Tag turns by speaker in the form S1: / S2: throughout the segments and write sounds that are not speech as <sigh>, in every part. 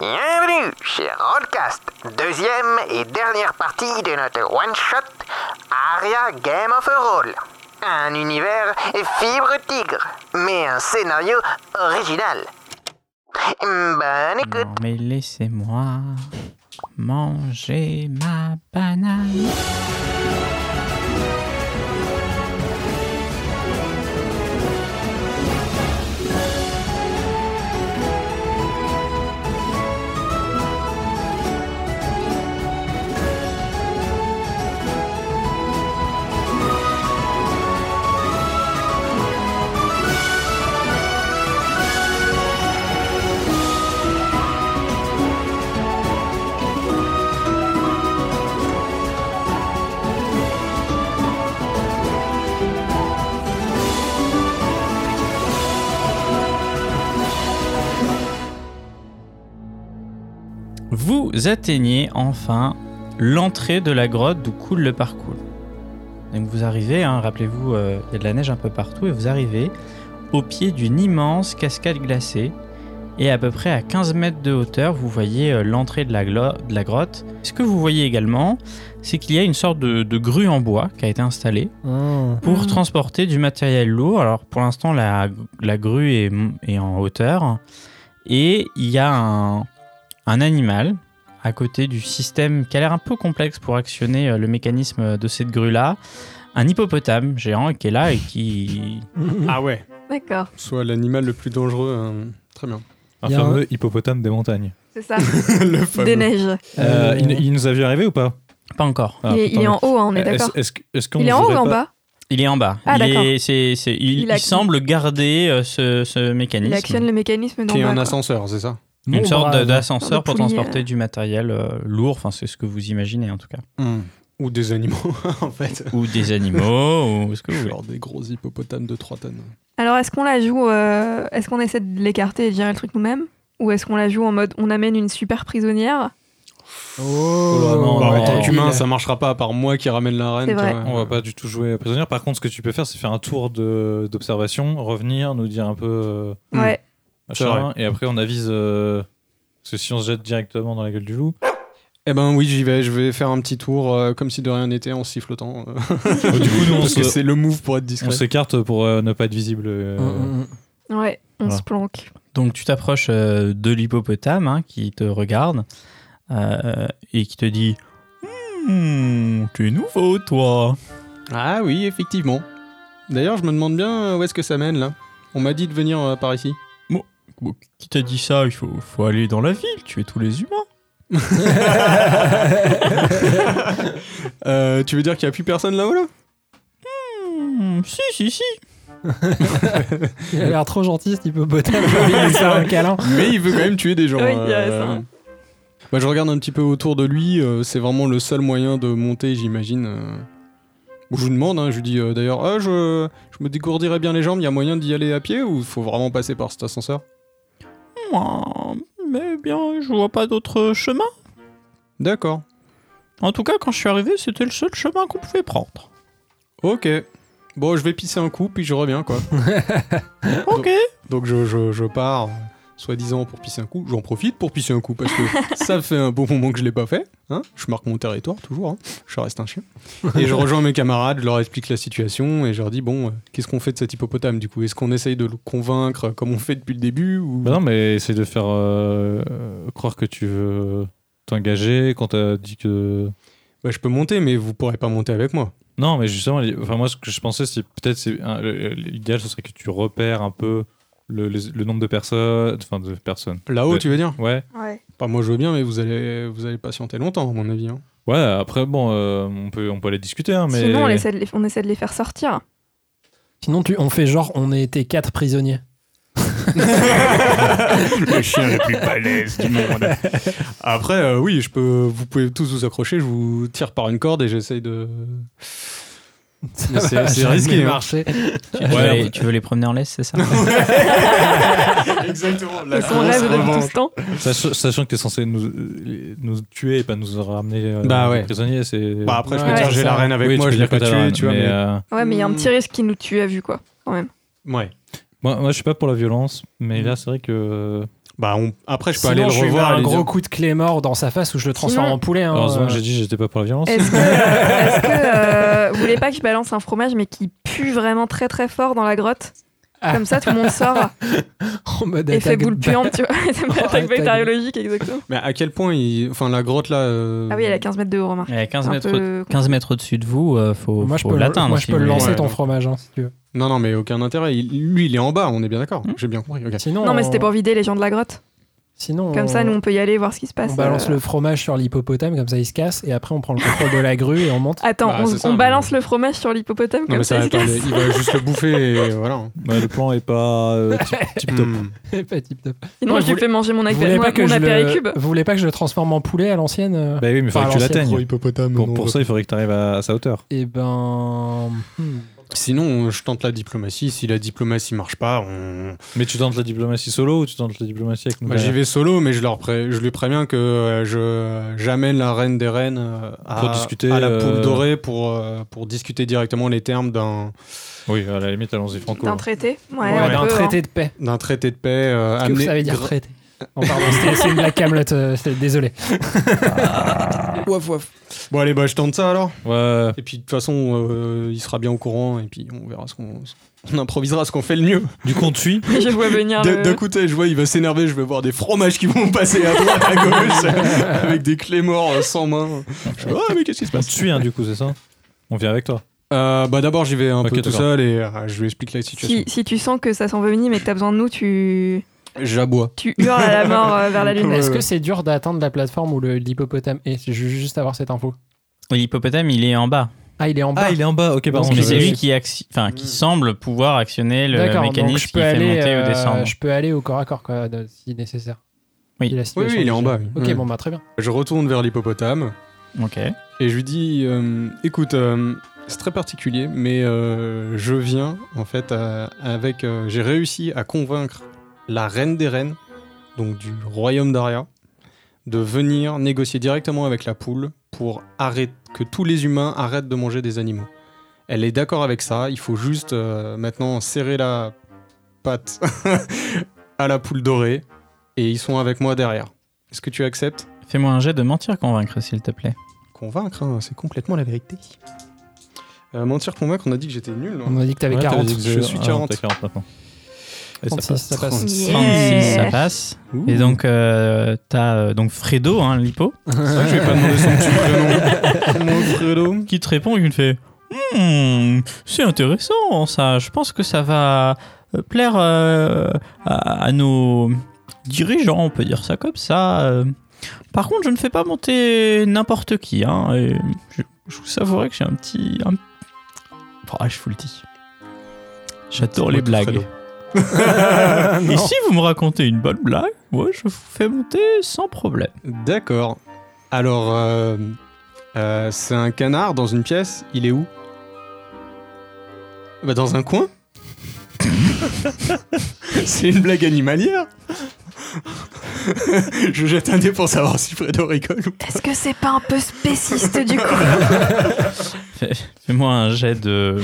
S1: bienvenue chez Rollcast, deuxième et dernière partie de notre one-shot Aria Game of Roll. Un univers fibre tigre, mais un scénario original. Bonne écoute.
S2: Non, mais laissez-moi manger ma banane. Vous atteignez enfin l'entrée de la grotte d'où coule le parcours. Donc vous arrivez, hein, rappelez-vous, euh, il y a de la neige un peu partout, et vous arrivez au pied d'une immense cascade glacée. Et à peu près à 15 mètres de hauteur, vous voyez euh, l'entrée de, la glo- de la grotte. Ce que vous voyez également, c'est qu'il y a une sorte de- de grue en bois qui a été installée
S3: Ah.
S2: pour
S4: Mmh.
S2: transporter du matériel lourd. Alors pour l'instant, la, la grue est, est en hauteur et il y a un, un animal à côté du système qui a l'air un peu complexe pour actionner euh, le mécanisme de cette grue-là. Un hippopotame géant qui est là et qui...
S5: Ah ouais.
S4: D'accord,
S5: Soit l'animal le plus dangereux. hein. Très bien.
S3: Un
S4: Il y a
S3: fameux hippopotame des montagnes. <laughs>
S4: c'est ça.
S5: <laughs> le
S4: Des neiges.
S3: Euh,
S5: Euh,
S3: il, il nous a vu arriver ou pas
S2: Pas encore.
S3: Ah,
S4: il, est,
S3: putain,
S4: il est
S3: mais-
S4: en haut, hein, on est d'accord.
S3: Est-ce- Est-ce que- est-ce qu'on
S4: Il est en haut
S3: voudrait
S4: ou en
S3: pas-
S4: bas
S2: Il est en bas.
S4: Ah,
S2: il
S4: d'accord.
S2: est- c'est- c'est- il-
S4: Il
S2: il
S4: actionne-
S2: semble garder euh, ce, ce mécanisme.
S4: Il actionne le mécanisme d'en
S5: Qui est
S4: bas.
S5: un
S4: quoi.
S5: ascenseur, c'est ça
S2: Une
S3: Bon,
S2: sorte
S3: brave.
S4: Dans le
S2: d'ascenseur pour
S4: poulier,
S2: transporter
S4: euh.
S2: du matériel euh, lourd, enfin c'est ce que vous imaginez en tout cas.
S5: Hmm. Ou des animaux, <laughs> en fait.
S2: Ou des animaux, <laughs> ou ce que vous voulez.
S5: Genre des gros hippopotames de 3 tonnes.
S4: Alors, est-ce qu'on la joue euh, Est-ce qu'on essaie de l'écarter et de gérer le truc nous-mêmes Ou est-ce qu'on la joue en mode on amène une super prisonnière
S3: Oh là, non,
S5: Bah,
S3: non,
S5: en tant
S3: non.
S5: qu'humain, ça marchera pas, à part moi qui ramène la reine.
S4: C'est
S5: tu
S4: vrai.
S5: vois.
S3: On va pas du tout jouer à prisonnière. Par contre, ce que tu peux faire, c'est faire un tour de- d'observation, revenir, nous dire un peu euh,
S5: Hmm.
S4: Ouais.
S5: C'est
S3: machin, et après on avise. euh, parce que si on se jette directement dans la gueule du loup,
S5: Eh ben oui, j'y vais. Je vais faire un petit tour euh, comme si de rien n'était en sifflotant. euh,
S3: Bon, <laughs> du
S5: <laughs>
S3: coup, nous on
S5: Parce que
S3: se-
S5: c'est le move pour être
S3: on
S5: discret.
S3: s'écarte pour euh, ne pas être visible. euh,
S4: Ouais, on
S3: Voilà.
S4: se planque.
S2: Donc tu t'approches euh, de l'hippopotame hein, qui te regarde euh, et qui te dit Hmm, tu es nouveau toi.
S5: Ah oui, effectivement. D'ailleurs, je me demande bien euh, où est-ce que ça mène là. On m'a dit de venir euh, par ici.
S2: Bon, Qui t'a dit ça Il faut, faut aller dans la ville, tu es tous les humains.
S5: Euh, tu veux dire qu'il y a plus personne là-haut là
S2: Hmm, si, si, si.
S6: <laughs> Il a l'air trop gentil,
S2: <laughs>
S6: ce hippopotame. J'ai envie de lui faire un câlin.
S5: Mais il veut quand même tuer des gens.
S4: <laughs>
S5: euh,
S4: Oui, il y a ça.
S5: bah, je regarde un petit peu autour de lui. euh, c'est vraiment le seul moyen de monter, j'imagine. euh. Ou je lui demande, hein, je lui dis euh, d'ailleurs, Ah, je, je me dégourdirais bien les jambes, il y a moyen d'y aller à pied ou faut vraiment passer par cet ascenseur
S2: Moi, mais bien, je vois pas d'autre chemin.
S5: D'accord.
S2: En tout cas, quand je suis arrivé, c'était le seul chemin qu'on pouvait prendre.
S5: Ok. Bon, je vais pisser un coup, puis je reviens, quoi.
S2: Ok.
S5: Donc je, je- je pars, euh, soi-disant, pour pisser un coup. J'en profite pour pisser un coup, <laughs> parce que ça fait un bon moment que je l'ai pas fait. hein. je marque mon territoire, toujours. hein. Je reste un chien. Et je rejoins mes camarades, je leur explique la situation, et je leur dis, bon, euh, qu'est-ce qu'on fait de cet hippopotame, du coup Est-ce qu'on essaye de le convaincre, euh, comme on fait depuis le début ou...
S3: Bah non, mais essaye de faire euh, euh, croire que tu veux t'engager quand t'as dit que.
S5: Bah, Je peux monter, mais vous pourrez pas monter avec moi.
S3: Non, mais justement, les- enfin, moi, ce que je pensais, c'est peut-être c'est hein, le- le- l'idéal, ce serait que tu repères un peu le, les- le nombre de personnes, enfin de personnes.
S5: Là-haut,
S3: Ouais.
S5: tu veux dire
S3: Ouais,
S4: Ouais.
S5: Pas moi, je veux bien, mais vous allez, vous allez patienter longtemps, à mon avis. hein.
S3: ouais. Après, bon, euh, on peut, on peut aller discuter, hein, mais.
S4: Sinon, on essaie, de les, on essaie de les faire sortir.
S6: Sinon, tu, on fait genre, on a été quatre prisonniers.
S7: Le chien le plus balèze du monde.
S5: Après, euh, oui, je peux. Vous pouvez tous vous accrocher. Je vous tire par une corde et j'essaye de. Mais c'est-
S6: Ça va
S5: c'est
S6: jamais
S5: risqué, hein.
S6: marcher.
S2: Tu, veux les, tu veux les promener en laisse, c'est <laughs> ça
S5: Exactement.
S4: C'est son rêve de tout ce temps.
S3: Sach- sachant que t'es censé nous, euh, nous tuer et pas nous ramener euh,
S5: Bah ouais.
S3: des prisonniers, c'est.
S5: Bah après, je peux
S4: Ouais,
S5: dire
S4: c'est
S5: j'ai
S6: ça.
S5: la reine avec
S3: Euh, Oui,
S5: moi.
S3: tu
S5: Je
S3: peux dire
S5: l'ai
S3: que
S5: pas
S3: t'as
S5: tué,
S3: la-
S5: tu vois.
S3: mais,
S5: Mais,
S3: euh,
S4: Ouais, mais il y a un
S5: Hmm.
S4: petit risque qui nous tue à vue, quoi, quand même.
S5: Ouais.
S3: moi, moi, je suis pas pour la violence, mais là, c'est vrai que.
S5: Bah, on- après, je peux
S6: Sinon,
S5: aller
S6: je
S5: le
S6: lui mets
S5: revoir. et
S6: un
S5: lui
S6: gros
S5: dire-
S6: coup de clé mort dans sa face où je le transforme
S4: Sinon-
S6: en poulet. hein.
S3: Heureusement que j'ai dit que j'étais pas pour la violence.
S4: Est-ce
S5: <laughs>
S4: que, est-ce que, euh, vous voulez pas que je balance un fromage mais qui pue vraiment très très fort dans la grotte
S6: Ah.
S4: Comme ça, tout le monde sort
S6: en mode
S4: et fait
S6: attaque
S4: boule
S6: de-
S4: puante,
S6: <laughs>
S4: tu vois. <laughs> C'est pas
S6: Oh,
S4: l'attaque
S6: attaque.
S4: bactériologique, exactement.
S5: Mais à quel point il... Enfin, la grotte là. euh,
S4: Ah oui, elle a 15 mètres de haut, remarque.
S2: Et à 15
S4: Un
S2: mètres,
S4: peu-
S2: 15 mètres au-dessus de vous, euh, faut,
S6: Bah, Moi, je
S2: faut
S6: peux, le,
S2: l'atteindre.
S6: moi, je
S2: si
S6: peux
S2: vous
S6: le
S2: voulez.
S6: lancer
S5: Ouais.
S6: ton fromage, hein, si tu veux.
S5: Non, non, mais aucun intérêt. Il- Lui, il est en bas, on est bien d'accord.
S2: Hmm.
S5: J'ai bien compris. ok.
S6: Sinon,
S4: Non, mais
S6: on-
S4: c'était pour vider les gens de la grotte.
S6: Sinon,
S4: Comme
S6: on-
S4: ça, nous, on peut y aller, voir ce qui se passe.
S6: Oh. on balance
S4: euh.
S6: le fromage sur l'hippopotame, comme ça il se casse, et après on prend le contrôle de la grue et
S4: <laughs>
S6: on monte.
S4: Attends,
S5: Bah,
S4: on,
S5: c'est ça,
S4: on
S5: mais-
S4: balance le fromage sur l'hippopotame
S5: Non,
S4: comme
S5: mais
S4: ça,
S5: ça,
S4: il se
S5: attends,
S4: casse.
S5: il va juste le bouffer
S4: <laughs>
S5: et voilà.
S3: Ouais, le plan est pas euh, tip- tip-top.
S5: Hmm.
S6: Pas tip top.
S4: Sinon,
S6: Moi,
S4: je
S6: je
S4: lui fais manger mon,
S6: Vous
S4: apé-
S6: voulez,
S4: mon,
S6: pas que
S4: mon
S6: je
S4: apéricube.
S6: le... Vous voulez pas que je le transforme en poulet à l'ancienne euh
S3: Bah oui, mais il faudrait
S6: Enfin,
S3: que tu
S6: l'ancienne,
S3: l'atteignes.
S5: Gros hippopotame.
S3: Pour,
S5: non,
S3: pour ça, il faudrait que tu arrives à, à sa hauteur.
S6: Eh ben. hmm.
S5: Sinon, euh, je tente la diplomatie. Si la diplomatie marche pas, on...
S3: Mais tu tentes la diplomatie solo ou tu tentes la diplomatie avec nous
S5: bah, j'y vais solo, mais je, leur pré- je lui préviens que euh, je j'amène la reine des reines euh, à,
S3: Pour discuter,
S5: à la poule
S3: euh,
S5: dorée pour, euh, pour discuter directement les termes d'un
S3: Oui, à la limite, allons-y franco.
S4: D'un traité Ouais, hein.
S6: Ouais,
S4: un
S6: d'un
S4: peu,
S6: traité de paix.
S5: d'un traité de paix. euh,
S6: Qu'est-ce que
S5: amené-
S6: ça veut dire
S5: gra-
S6: traité Oh, pardon, c'était- c'est une blague Kaamelott, euh, c'est- désolé.
S5: Bon, allez, bah, je tente ça alors.
S3: Ouais.
S5: Et puis, de toute façon, euh, il sera bien au courant et puis on verra ce qu'on. On improvisera ce qu'on fait le mieux.
S3: Du coup, on te suit.
S4: hein. <laughs> Je vois venir
S5: D'un
S4: le...
S5: d'un coup, tu sais, je vois, il va s'énerver, je vais voir des fromages qui vont passer à droite, à
S6: <laughs>
S5: gauche, avec des clés morts euh, sans main. Je fais, ah, mais qu'est-ce qui se
S3: On
S5: passe
S3: te suit, hein, du coup, c'est ça On vient avec toi.
S5: Euh, bah d'abord j'y vais un
S3: Ok,
S5: peu tout
S3: d'accord.
S5: seul et euh, je lui explique la situation.
S4: Si, si tu sens que ça s'envenime et que t'as besoin de nous, tu,
S5: J'aboie.
S6: <laughs>
S4: tu hurles à la mort euh, vers la lune.
S5: Ouais,
S6: Est-ce
S5: ouais.
S6: que c'est dur d'atteindre la plateforme où le- l'hippopotame est Je veux juste avoir cette info.
S2: L'hippopotame, il est en bas.
S6: Ah, il est en bas.
S3: est en bas. Ok,
S6: pardon,
S2: Mais
S6: je-
S2: c'est lui qui, acti- enfin, qui semble pouvoir actionner le
S6: Hmm. D'accord, donc
S2: mécanisme
S6: je
S2: qui
S6: peux,
S2: fait
S6: aller,
S2: monter
S6: euh,
S2: ou descendre.
S6: je peux aller au corps à corps quoi, de- si nécessaire.
S2: Oui.
S6: Si la situation
S5: Oui, oui, il est en
S6: exige.
S5: bas, oui.
S6: Ok,
S5: Oui.
S6: bon, bah très bien.
S5: Je retourne vers l'hippopotame
S2: Ok.
S5: et je lui dis euh, écoute, euh, c'est très particulier, mais euh, je viens en fait à- avec. euh, J'ai réussi à convaincre la reine des reines, donc du royaume d'Aria, de venir négocier directement avec la poule pour arrêter que tous les humains arrêtent de manger des animaux. Elle est d'accord avec ça, il faut juste euh, maintenant serrer la patte <laughs> à la poule dorée et ils sont avec moi derrière. Est-ce que tu acceptes
S2: Fais-moi un jet de mentir convaincre, s'il te plaît.
S5: Convaincre, hein, c'est complètement la vérité. Euh, mentir, convaincre, on a dit que j'étais nul. non
S6: On m'a dit que t'avais
S3: Ouais, t'avais
S6: 40.
S3: dit que
S5: je suis
S3: ah,
S5: 40.
S3: t'as 40 maintenant. Et ça
S6: 36,
S3: passe.
S6: ça
S4: <laughs>
S6: passe.
S4: Yeah.
S2: 36, ça passe.
S5: Ouh.
S2: Et donc, euh, t'as euh, donc Fredo, hein, l'hippo,
S5: C'est vrai que je vais pas demander son petit prénom. Mon Fredo.
S2: qui te répond et qui te fait Hmm, c'est intéressant ça, je pense que ça va euh, plaire euh, à, à nos dirigeants, on peut dire ça comme ça. euh. Par contre, je ne fais pas monter n'importe qui. hein, et je, je vous savourerai que j'ai un petit. un- Oh, je vous le dis. J'adore les
S5: Moi, tout
S2: blagues.
S5: Fredo.
S2: <laughs>
S5: <laughs>
S2: Et si vous me racontez une bonne blague, moi je vous fais monter sans problème.
S5: D'accord. Alors, euh, euh, c'est un canard dans une pièce. Il est où bah, Dans un <laughs> coin C'est une blague animalière <laughs> Je jette un dé pour savoir si Fredo rigole ou
S4: Est-ce que c'est pas un peu spéciste du coup
S2: Fais-moi un jet de,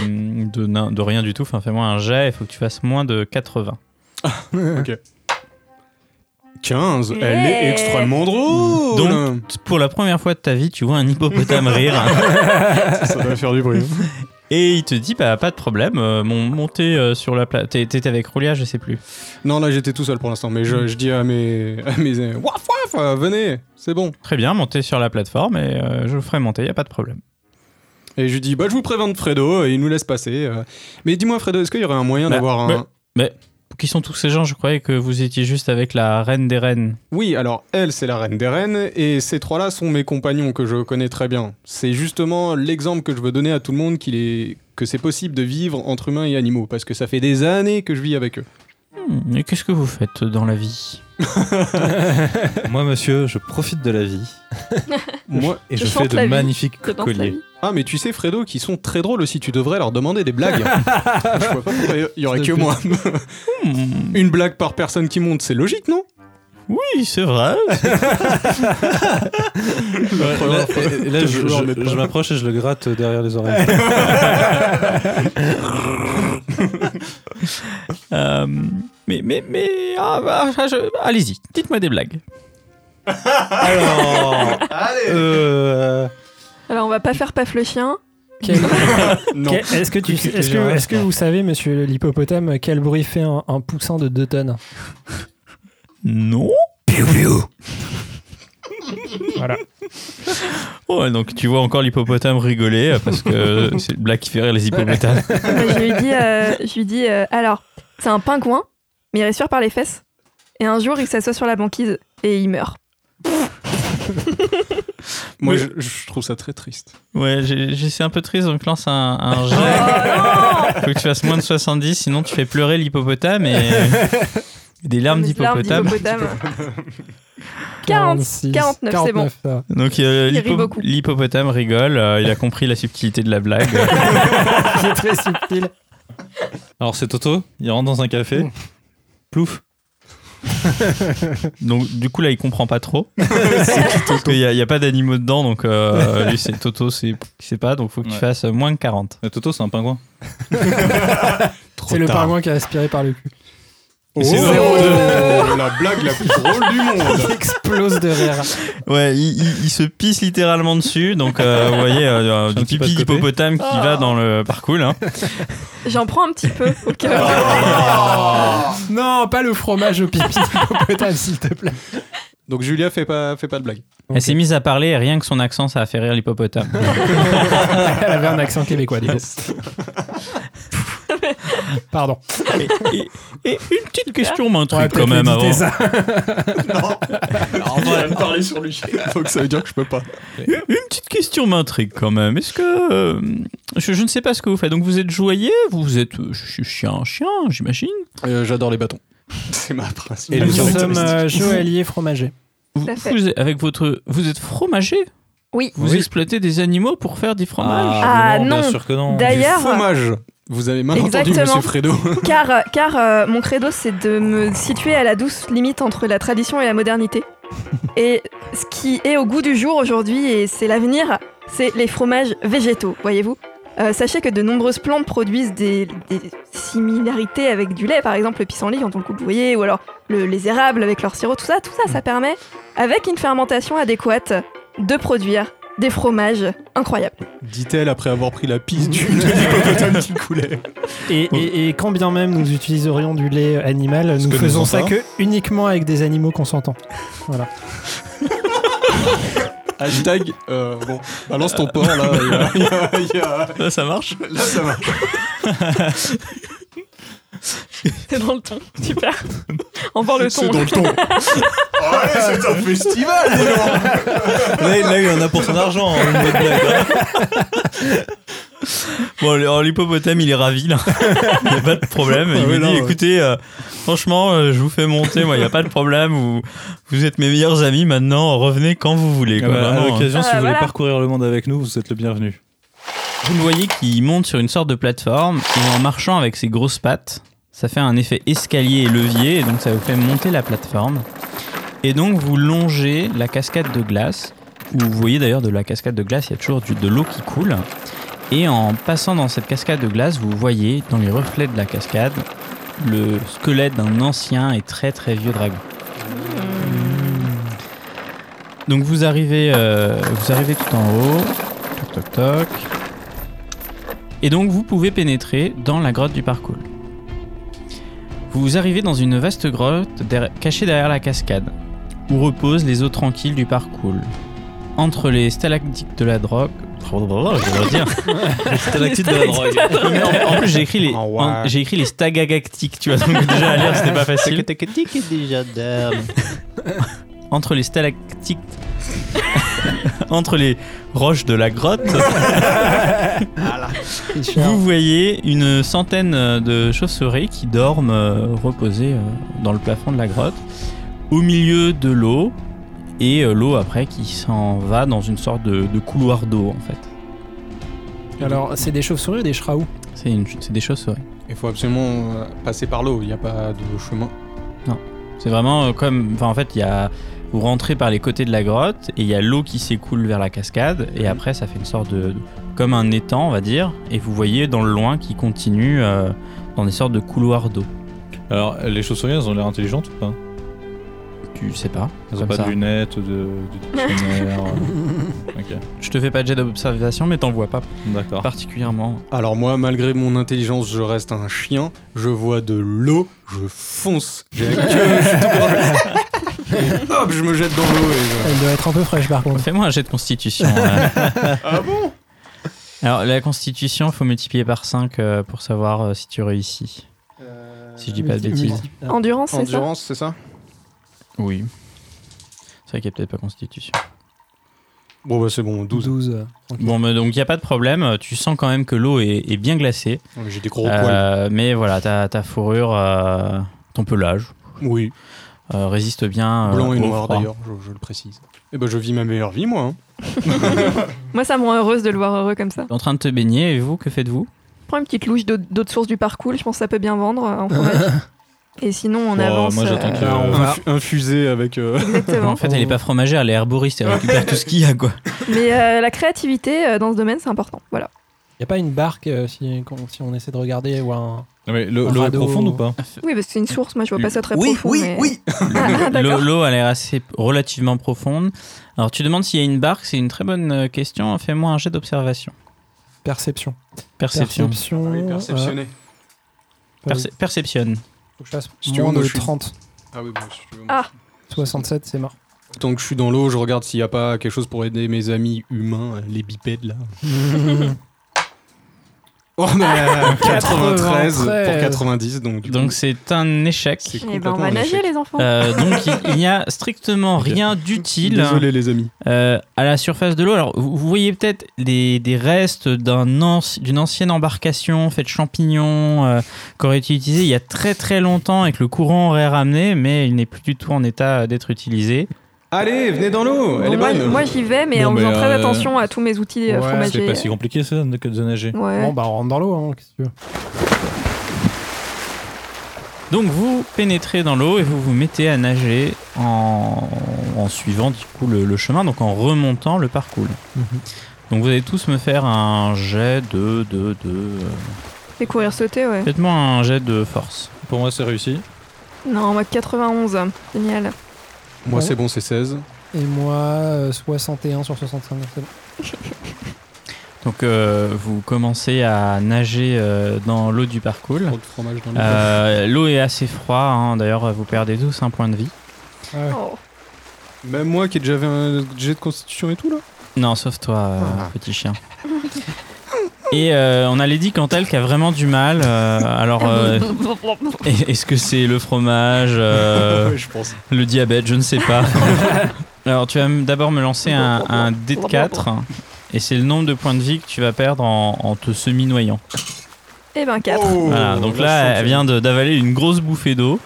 S2: de, nain- de rien du tout. Enfin, fais-moi un jet. Il faut que tu fasses moins de 80.
S5: 15, elle
S4: Yeah.
S5: est extrêmement drôle
S2: Donc- Pour la première fois de ta vie, tu vois un hippopotame rire.
S5: ça va faire du bruit.
S2: Et il te dit, bah, pas de problème. euh, mon montez euh, sur la plate. T'étais avec Roulia, je sais plus.
S5: Non, là j'étais tout seul pour l'instant, mais je, je dis à mes. À mes euh, waf waf, euh, venez, c'est bon.
S2: Très bien, montez sur la plateforme et euh, je vous ferai monter. Il a pas de problème.
S5: Et je lui dis, bah je vous préviens de Fredo, et il nous laisse passer. euh. Mais dis-moi, Fredo, est-ce qu'il y aurait un moyen
S2: Bah,
S5: d'avoir
S2: mais-
S5: un.
S2: Qui sont tous ces gens Je croyais que vous étiez juste avec la reine des reines.
S5: Oui, alors elle, c'est la reine des reines, et ces trois-là sont mes compagnons que je connais très bien. C'est justement l'exemple que je veux donner à tout le monde qu'il est... que c'est possible de vivre entre humains et animaux, parce que ça fait des années que je vis avec eux.
S2: Hmm, et qu'est-ce que vous faites dans la vie
S3: Moi, monsieur, je profite de la vie.
S5: Moi.
S3: Et
S4: Je
S3: je,
S4: chante
S3: fais
S4: la
S3: de
S4: vie.
S3: magnifiques
S4: Je danse la
S3: colliers.
S4: vie.
S5: Ah, mais tu sais, Fredo, qui sont très drôles aussi, tu devrais leur demander des blagues. hein. je vois pas pourquoi il y aurait que moi.
S2: Hmm,
S5: <laughs> Une blague par personne qui monte, c'est logique, non
S2: Oui, c'est vrai.
S3: Ouais,
S5: première
S3: là,
S5: fois.
S3: et- et là,
S5: Que
S3: je,
S5: je leur
S3: je-
S5: mette pas.
S3: je m'approche et je le gratte derrière les oreilles.
S2: Euh, mais, mais, mais, ah, bah, je- allez-y, dites-moi des blagues.
S3: Alors. euh,
S4: Alors, on va pas faire paf le chien.
S6: Quel-
S5: Non.
S6: quel- Est-ce que, tu-
S5: Cucu,
S6: est-ce que,
S5: cucu,
S6: est-ce que vous savez, monsieur l'hippopotame, quel bruit fait un, un poussin de 2 tonnes
S2: Non
S6: Voilà.
S2: Ouais, donc tu vois encore l'hippopotame rigoler euh, parce que c'est le blague qui fait rire les hippopotames.
S4: Bah, je lui dis, euh, je lui dis euh, alors, c'est un pingouin, mais il respire par les fesses. Et un jour, il s'assoit sur la banquise et il meurt.
S5: Moi, je, je trouve ça très triste.
S2: Ouais, j'ai- j'ai- c'est un peu triste, donc lance un, un jet.
S4: <laughs>
S2: Faut que tu fasses moins de 70, sinon tu fais pleurer l'hippopotame et et des larmes
S4: Des larmes
S2: d'hippopotame.
S4: d'hippopotame. 46, 49, c'est bon.
S6: ça.
S2: Donc euh,
S4: Il rit
S2: l'hippo-
S4: beaucoup.
S2: l'hippopotame rigole, euh, il a compris la subtilité de la blague.
S6: C'est très subtil.
S3: Alors, c'est Toto, il rentre dans un café. <laughs> Plouf.
S2: Donc du coup là il comprend pas
S3: <laughs>
S2: trop. Parce qu'il n'y a, pas d'animaux dedans, donc euh, lui c'est Toto, c'est c'est pas, donc faut que tu
S3: Ouais.
S2: fasses euh, moins de 40.
S3: Mais Toto, c'est un pingouin.
S6: C'est le pingouin qui a aspiré par le cul.
S5: Oh,
S3: c'est
S5: <laughs> la blague la plus drôle du
S6: <laughs> Il
S5: monde.
S6: explose de rire.
S2: Ouais, il, il- il se pisse littéralement dessus, donc euh, vous voyez
S3: <laughs>
S2: euh,
S3: J'ai
S2: du
S3: un petit pas
S2: pipi
S3: de côté. Ah.
S2: d'hippopotame qui va dans le parcours. hein.
S4: J'en prends un petit peu au cas où.
S6: Oh.
S5: Oh.
S6: Non, pas le fromage au pipi d'hippopotame, s'il te plaît.
S5: Donc Julia fait pas, fait pas de blague.
S2: Elle s'est mise à parler et rien que son accent ça a fait rire l'hippopotame.
S6: Elle avait un accent québécois, du coup. Pardon.
S2: et, et- et une petite question m'intrigue
S6: Ouais,
S2: quand même
S6: peut-être
S2: avant.
S6: éviter ça.
S5: <laughs> Donc ça veut dire que je peux pas.
S2: Une petite question m'intrigue quand même. Est-ce que euh, je, je ne sais pas ce que vous faites. Donc vous êtes joyeux, vous êtes euh, ch- chien, chien, j'imagine.
S5: Euh, J'adore les bâtons. C'est ma principe.
S3: Et
S6: Nous
S3: le sommes,
S6: sommes euh, joailliers fromagers.
S2: Vous,
S4: Tout à fait.
S2: vous êtes- avec votre, vous êtes fromager.
S4: Oui.
S2: Vous
S3: Oui.
S2: exploitez des animaux pour faire du fromage.
S4: Ah, non.
S3: Bien sûr que non.
S4: D'ailleurs,
S5: Fromage. Vous avez mal entendu,
S4: Exactement.
S5: monsieur Fredo. <laughs>
S4: car, car euh, mon credo, c'est de me situer à la douce limite entre la tradition et la
S5: <laughs>
S4: modernité. Et ce qui est au goût du jour aujourd'hui, et c'est l'avenir, c'est les fromages végétaux, voyez-vous. Euh, sachez que de nombreuses plantes produisent des, des similarités avec du lait, par exemple le pissenlit quand on le coupe, vous voyez, ou alors le- les érables avec leur sirop, tout ça, tout
S5: Mm.
S4: ça, ça permet, avec une fermentation adéquate, de produire des fromages incroyables.
S5: Dit-elle après avoir pris la pisse du <laughs> de l'hippopotame qui coulait.
S6: Et, et- et quand bien même nous utiliserions du lait animal, nous
S5: que nous
S6: faisons
S5: en
S6: ça
S5: pas.
S6: que uniquement avec des animaux consentants.
S5: Hashtag, euh, bon, balance ton porc là. il y a- il y a- il y a-
S2: Là, ça marche.
S5: Là, ça va.
S4: C'est dans le ton, super. <laughs> Encore le ton.
S5: C'est dans le ton. Oh, Ouais, c'est un festival, dis
S2: <laughs>
S5: donc.
S2: Là, il- là, il en a pour son argent. hein, une bonne blague, hein. <laughs> Bon, le- alors, l'hippopotame, il est ravi, là. <laughs> Il n'y a pas de problème. Il
S5: Ah
S2: me
S5: ouais,
S2: dit,
S5: là, ouais.
S2: écoutez, euh, franchement, euh, je vous fais monter, moi, il n'y a pas de problème. Vous, vous êtes mes meilleurs amis maintenant, revenez quand vous voulez.
S3: Ah
S2: Quoi,
S3: bah, à
S2: Vraiment, hein.
S3: l'occasion, si
S4: Ah,
S3: vous voulez
S4: voilà.
S3: parcourir le monde avec nous, vous êtes le bienvenu.
S2: Vous le voyez qui monte sur une sorte de plateforme et en marchant avec ses grosses pattes, ça fait un effet escalier et levier et donc ça vous fait monter la plateforme. Et donc vous longez la cascade de glace, où vous voyez d'ailleurs de la cascade de glace, il y a toujours du- de l'eau qui coule. Et en passant dans cette cascade de glace, vous voyez dans les reflets de la cascade le squelette d'un ancien et très très vieux dragon. Donc vous arrivez, euh, vous arrivez tout en haut. Toc toc toc. Et donc vous pouvez pénétrer dans la grotte du parcours. Vous arrivez dans une vaste grotte derrière- cachée derrière la cascade, où reposent les eaux tranquilles du parcours. Entre les stalactites de la drogue, <laughs> je veux dire, les stalactites de la drogue. Mais en, en plus j'ai écrit les,
S5: Oh, ouais.
S2: en- j'ai écrit les stagagactiques, tu vois, donc déjà à lire c'était pas facile. Entre les stalactites, <laughs> entre les roches de la grotte. Vous voyez une centaine euh, de chauves-souris qui dorment euh, reposées euh, dans le plafond de la grotte, au milieu de l'eau, et euh, l'eau après qui s'en va dans une sorte de, de couloir d'eau en fait.
S6: Alors, c'est des chauves-souris ou des chraous
S2: C'est une- c'est des chauves-souris.
S5: Il faut absolument euh, passer par l'eau, il n'y a pas de chemin.
S2: C'est vraiment euh, comme, enfin en fait, il y a, vous rentrez par les côtés de la grotte et il y a l'eau qui s'écoule vers la cascade et après ça fait une sorte de, de- comme un étang, on va dire, et vous voyez dans le loin qui continue euh, dans des sortes de couloirs d'eau.
S3: Alors, les chauves-souris, elles ont l'air intelligentes ou pas
S2: Tu sais pas.
S3: Elles ont
S2: comme
S3: pas
S2: ça.
S3: de lunettes, de, de dictionnaire. euh. ok,
S2: Je te fais pas de jet d'observation, mais t'en vois pas
S3: d'accord.
S2: particulièrement.
S5: Alors moi, malgré mon intelligence, je reste un chien. Je vois de l'eau, je fonce. J'ai la queue, je suis tout grand. Et <laughs> Hop, je me jette dans l'eau et
S6: Elle doit être un peu fraîche par contre.
S2: Fais-moi un jet de constitution. ah bon Alors, la constitution, faut multiplier par 5 pour savoir euh, si tu réussis. Si je dis pas de
S6: Multi-
S2: bêtises.
S6: multi- ah.
S4: Endurance,
S5: je...
S4: c'est ça
S5: Endurance, c'est ça
S2: Oui. C'est vrai qu'il n'y a peut-être pas constitution.
S5: Bon bah c'est bon, 12.
S6: 12. euh, tranquille.
S2: Bon, mais donc il n'y a pas de problème. Tu sens quand même que l'eau est, est bien glacée.
S5: Ouais, J'ai des gros poils.
S2: Euh, mais voilà, ta, ta fourrure, euh, ton pelage,
S5: Oui,
S2: euh, résiste bien. euh,
S5: blanc et
S2: au
S5: noir
S2: froid.
S5: d'ailleurs, je, je le précise. Et ben je vis ma meilleure vie moi. hein.
S4: Moi, ça me rend heureuse de le voir heureux comme ça.
S2: T'es en train de te baigner, et vous, que faites-vous
S4: Je prends une petite louche d'eau- d'eau de source du parcours, je pense que ça peut bien vendre euh,
S1: <laughs>
S4: en forêt. Et sinon, on
S3: Bon,
S4: avance. euh,
S3: moi,
S2: Euh,
S3: j'attends que-
S5: Là, on
S6: voilà.
S5: infu- infusé avec... euh,
S4: Exactement.
S2: <laughs> En fait, elle est pas fromagère, elle est herboriste, elle récupère tout ce qu'il y a, quoi.
S4: Mais euh, la créativité euh, dans ce domaine, c'est important. Voilà.
S6: Y a pas une barque euh, si, qu'on- si on essaie de regarder ou un.
S3: Non, mais le-
S6: Un
S3: l'eau est
S6: radeau.
S3: profonde ou pas
S4: Oui, parce que c'est une source, moi, je vois pas ça très
S1: oui,
S4: profond.
S1: oui,
S4: mais-
S1: oui.
S4: <laughs> Ah, ah,
S2: L'eau,
S4: d'accord.
S2: l'eau a l'air assez relativement profonde. Alors, tu demandes s'il y a une barque, c'est une très bonne euh, question. Fais-moi un jet d'observation.
S6: Perception.
S2: Perception.
S6: Perception.
S5: Ah oui,
S6: euh,
S5: perceptionné.
S6: Perce-
S2: Perce- perception.
S6: faut que je fasse
S5: Si tu
S6: moins
S5: veux, moi,
S6: de
S5: je suis-
S6: 30.
S5: Ah oui, bon, si tu veux, moi,
S4: Ah.
S6: 67, c'est mort.
S5: Tant que je suis dans l'eau, je regarde s'il n'y a pas quelque chose pour aider mes amis humains, euh, les bipèdes là. <laughs> oh, mais euh, 93 pour 90, donc du
S2: Donc,
S5: coup,
S2: c'est un échec.
S5: c'est
S4: Eh ben, on va
S5: complètement un
S4: nager,
S5: échec.
S4: les enfants.
S2: Euh, donc, il- il n'y a strictement
S3: Ok.
S2: rien d'utile
S5: Désolé les amis.
S2: euh, à la surface de l'eau. Alors, vous, vous voyez peut-être des, des restes d'un anci- d'une ancienne embarcation faite de champignons euh, qui aurait été utilisée il y a très très longtemps et que le courant aurait ramené, mais il n'est plus du tout en état d'être utilisé.
S5: Allez, venez dans l'eau, elle
S4: Bon,
S5: est
S4: moi,
S5: bonne.
S4: moi, j'y vais, mais
S3: Bon,
S4: en faisant
S3: mais,
S4: très
S3: euh,
S4: attention à tous mes outils euh,
S6: ouais,
S3: C'est
S4: fromagers.
S3: pas si compliqué ça de, de nager.
S4: Ouais.
S6: Bon, bah on rentre dans l'eau, hein, qu'est-ce que tu veux.
S2: Donc vous pénétrez dans l'eau et vous vous mettez à nager en, en suivant du coup le, le chemin, donc en remontant le parcours. Donc vous allez tous me faire un jet de... de, de euh,
S4: Et courir sauter, ouais.
S2: Faites-moi un jet de force.
S3: Pour moi, c'est réussi.
S4: Non, moi, 91. Génial.
S5: Moi c'est bon, c'est 16.
S6: Et moi, euh, 61 sur 65. c'est bon.
S2: Donc euh, vous commencez à nager euh, dans l'eau du parcours.
S5: Trop de fromage dans l'eau.
S2: Euh, l'eau est assez froide, hein. d'ailleurs vous perdez tous un point de vie.
S6: Ah ouais.
S4: Oh.
S5: Même moi qui ai déjà fait un jet de constitution et tout là.
S2: Non, sauf toi, euh, petit chien. Et euh, on a Lady Cantal qui a vraiment du mal. euh, alors, euh, est- est-ce que c'est le fromage,
S5: <laughs>
S2: <laughs> euh,
S5: je pense.
S2: le diabète Je ne sais <laughs> pas. Alors, tu vas m- d'abord me lancer un, un dé de 4. Et c'est le nombre de points de vie que tu vas perdre en, en te semi-noyant.
S4: Et ben, 4.
S5: Oh,
S2: Voilà, donc là, elle vient de- d'avaler une grosse bouffée d'eau.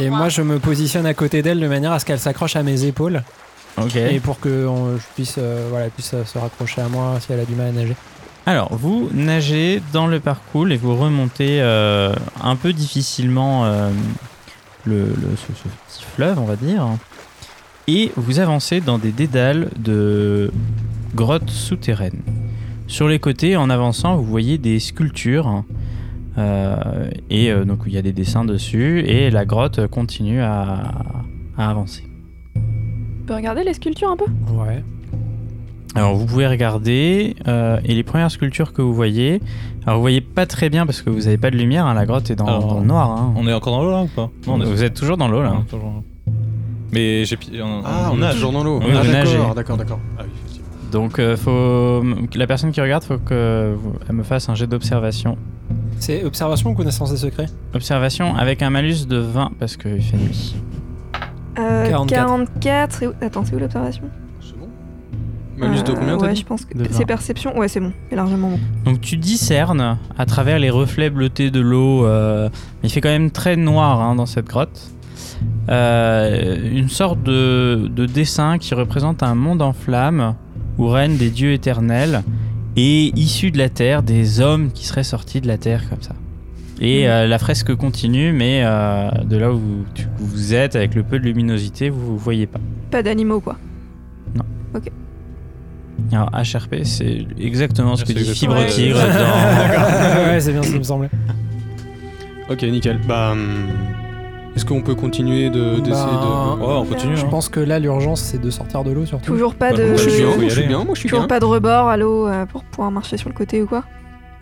S6: Et moi, je me positionne à côté d'elle de manière à ce qu'elle s'accroche à mes épaules
S2: Ok.
S6: et pour que on- je puisse, euh, voilà, elle puisse euh, se raccrocher à moi si elle a du mal à nager.
S2: Alors, vous nagez dans le parcours et vous remontez euh, un peu difficilement euh, le, le- ce, ce petit fleuve, on va dire. Et vous avancez dans des dédales de grottes souterraines. Sur les côtés, en avançant, vous voyez des sculptures. hein. euh, et euh, donc, il y a des dessins dessus. Et la grotte continue à, à avancer.
S4: On peut regarder les sculptures un peu
S6: Ouais.
S2: Alors vous pouvez regarder euh, et les premières sculptures que vous voyez. Alors vous voyez pas très bien parce que vous avez pas de lumière. hein, la grotte est dans,
S3: Alors,
S2: dans le noir. hein.
S3: On est encore dans l'eau là ou pas Non, on est-
S2: vous êtes toujours dans l'eau là.
S3: on est toujours dans l'eau. Mais j'ai. pi- on-
S5: Ah,
S3: Mm. on
S5: on est
S3: nage.
S5: toujours dans l'eau.
S2: Oui,
S5: ah,
S2: on
S5: d'accord,
S2: nageait.
S5: d'accord, d'accord. Ah oui, effectivement.
S2: Donc euh, faut la personne qui regarde faut que vous- elle me fasse un jet d'observation.
S6: C'est observation ou connaissance des secrets
S2: Observation avec un malus de 20 parce qu'il fait nuit.
S4: Euh,
S6: 44.
S4: 44 et où- Attends, c'est où l'observation
S5: C'est bon. Malus de
S4: Euh,
S5: combien t'as
S4: Ouais,
S5: dit
S4: je pense que
S2: De vingt.
S4: c'est perception. Ouais, c'est bon, c'est largement bon.
S2: Donc tu discernes à travers les reflets bleutés de l'eau, euh, mais il fait quand même très noir hein, dans cette grotte, euh, une sorte de, de dessin qui représente un monde en flammes où règnent des dieux éternels et issus de la terre, des hommes qui seraient sortis de la terre comme ça. Et euh, la fresque continue, mais euh, de là où vous, tu- où vous êtes, avec le peu de luminosité, vous ne voyez pas.
S4: Pas d'animaux, quoi.
S2: Non.
S4: Ok.
S2: Alors, HRP, c'est exactement ce que
S3: C'est
S2: dit
S3: exactement
S2: Fibre
S3: ça.
S2: Tigre
S3: Ouais.
S2: dans.
S6: <laughs> ouais, c'est bien ce qui me semblait.
S5: Ok, nickel. Bah, hum, est-ce qu'on peut continuer de- d'essayer
S6: Bah,
S5: de.
S3: Ouais, on continue.
S6: Je
S3: hein.
S6: pense que là, l'urgence, c'est de sortir de l'eau surtout.
S4: Toujours pas
S3: Bah,
S4: de.
S5: Moi, je suis bien,
S3: Faut y
S5: moi, je suis
S3: aller,
S5: bien, moi, je
S4: <laughs>
S5: suis
S4: Toujours
S5: bien.
S4: pas de rebord à l'eau euh, pour pouvoir marcher sur le côté ou quoi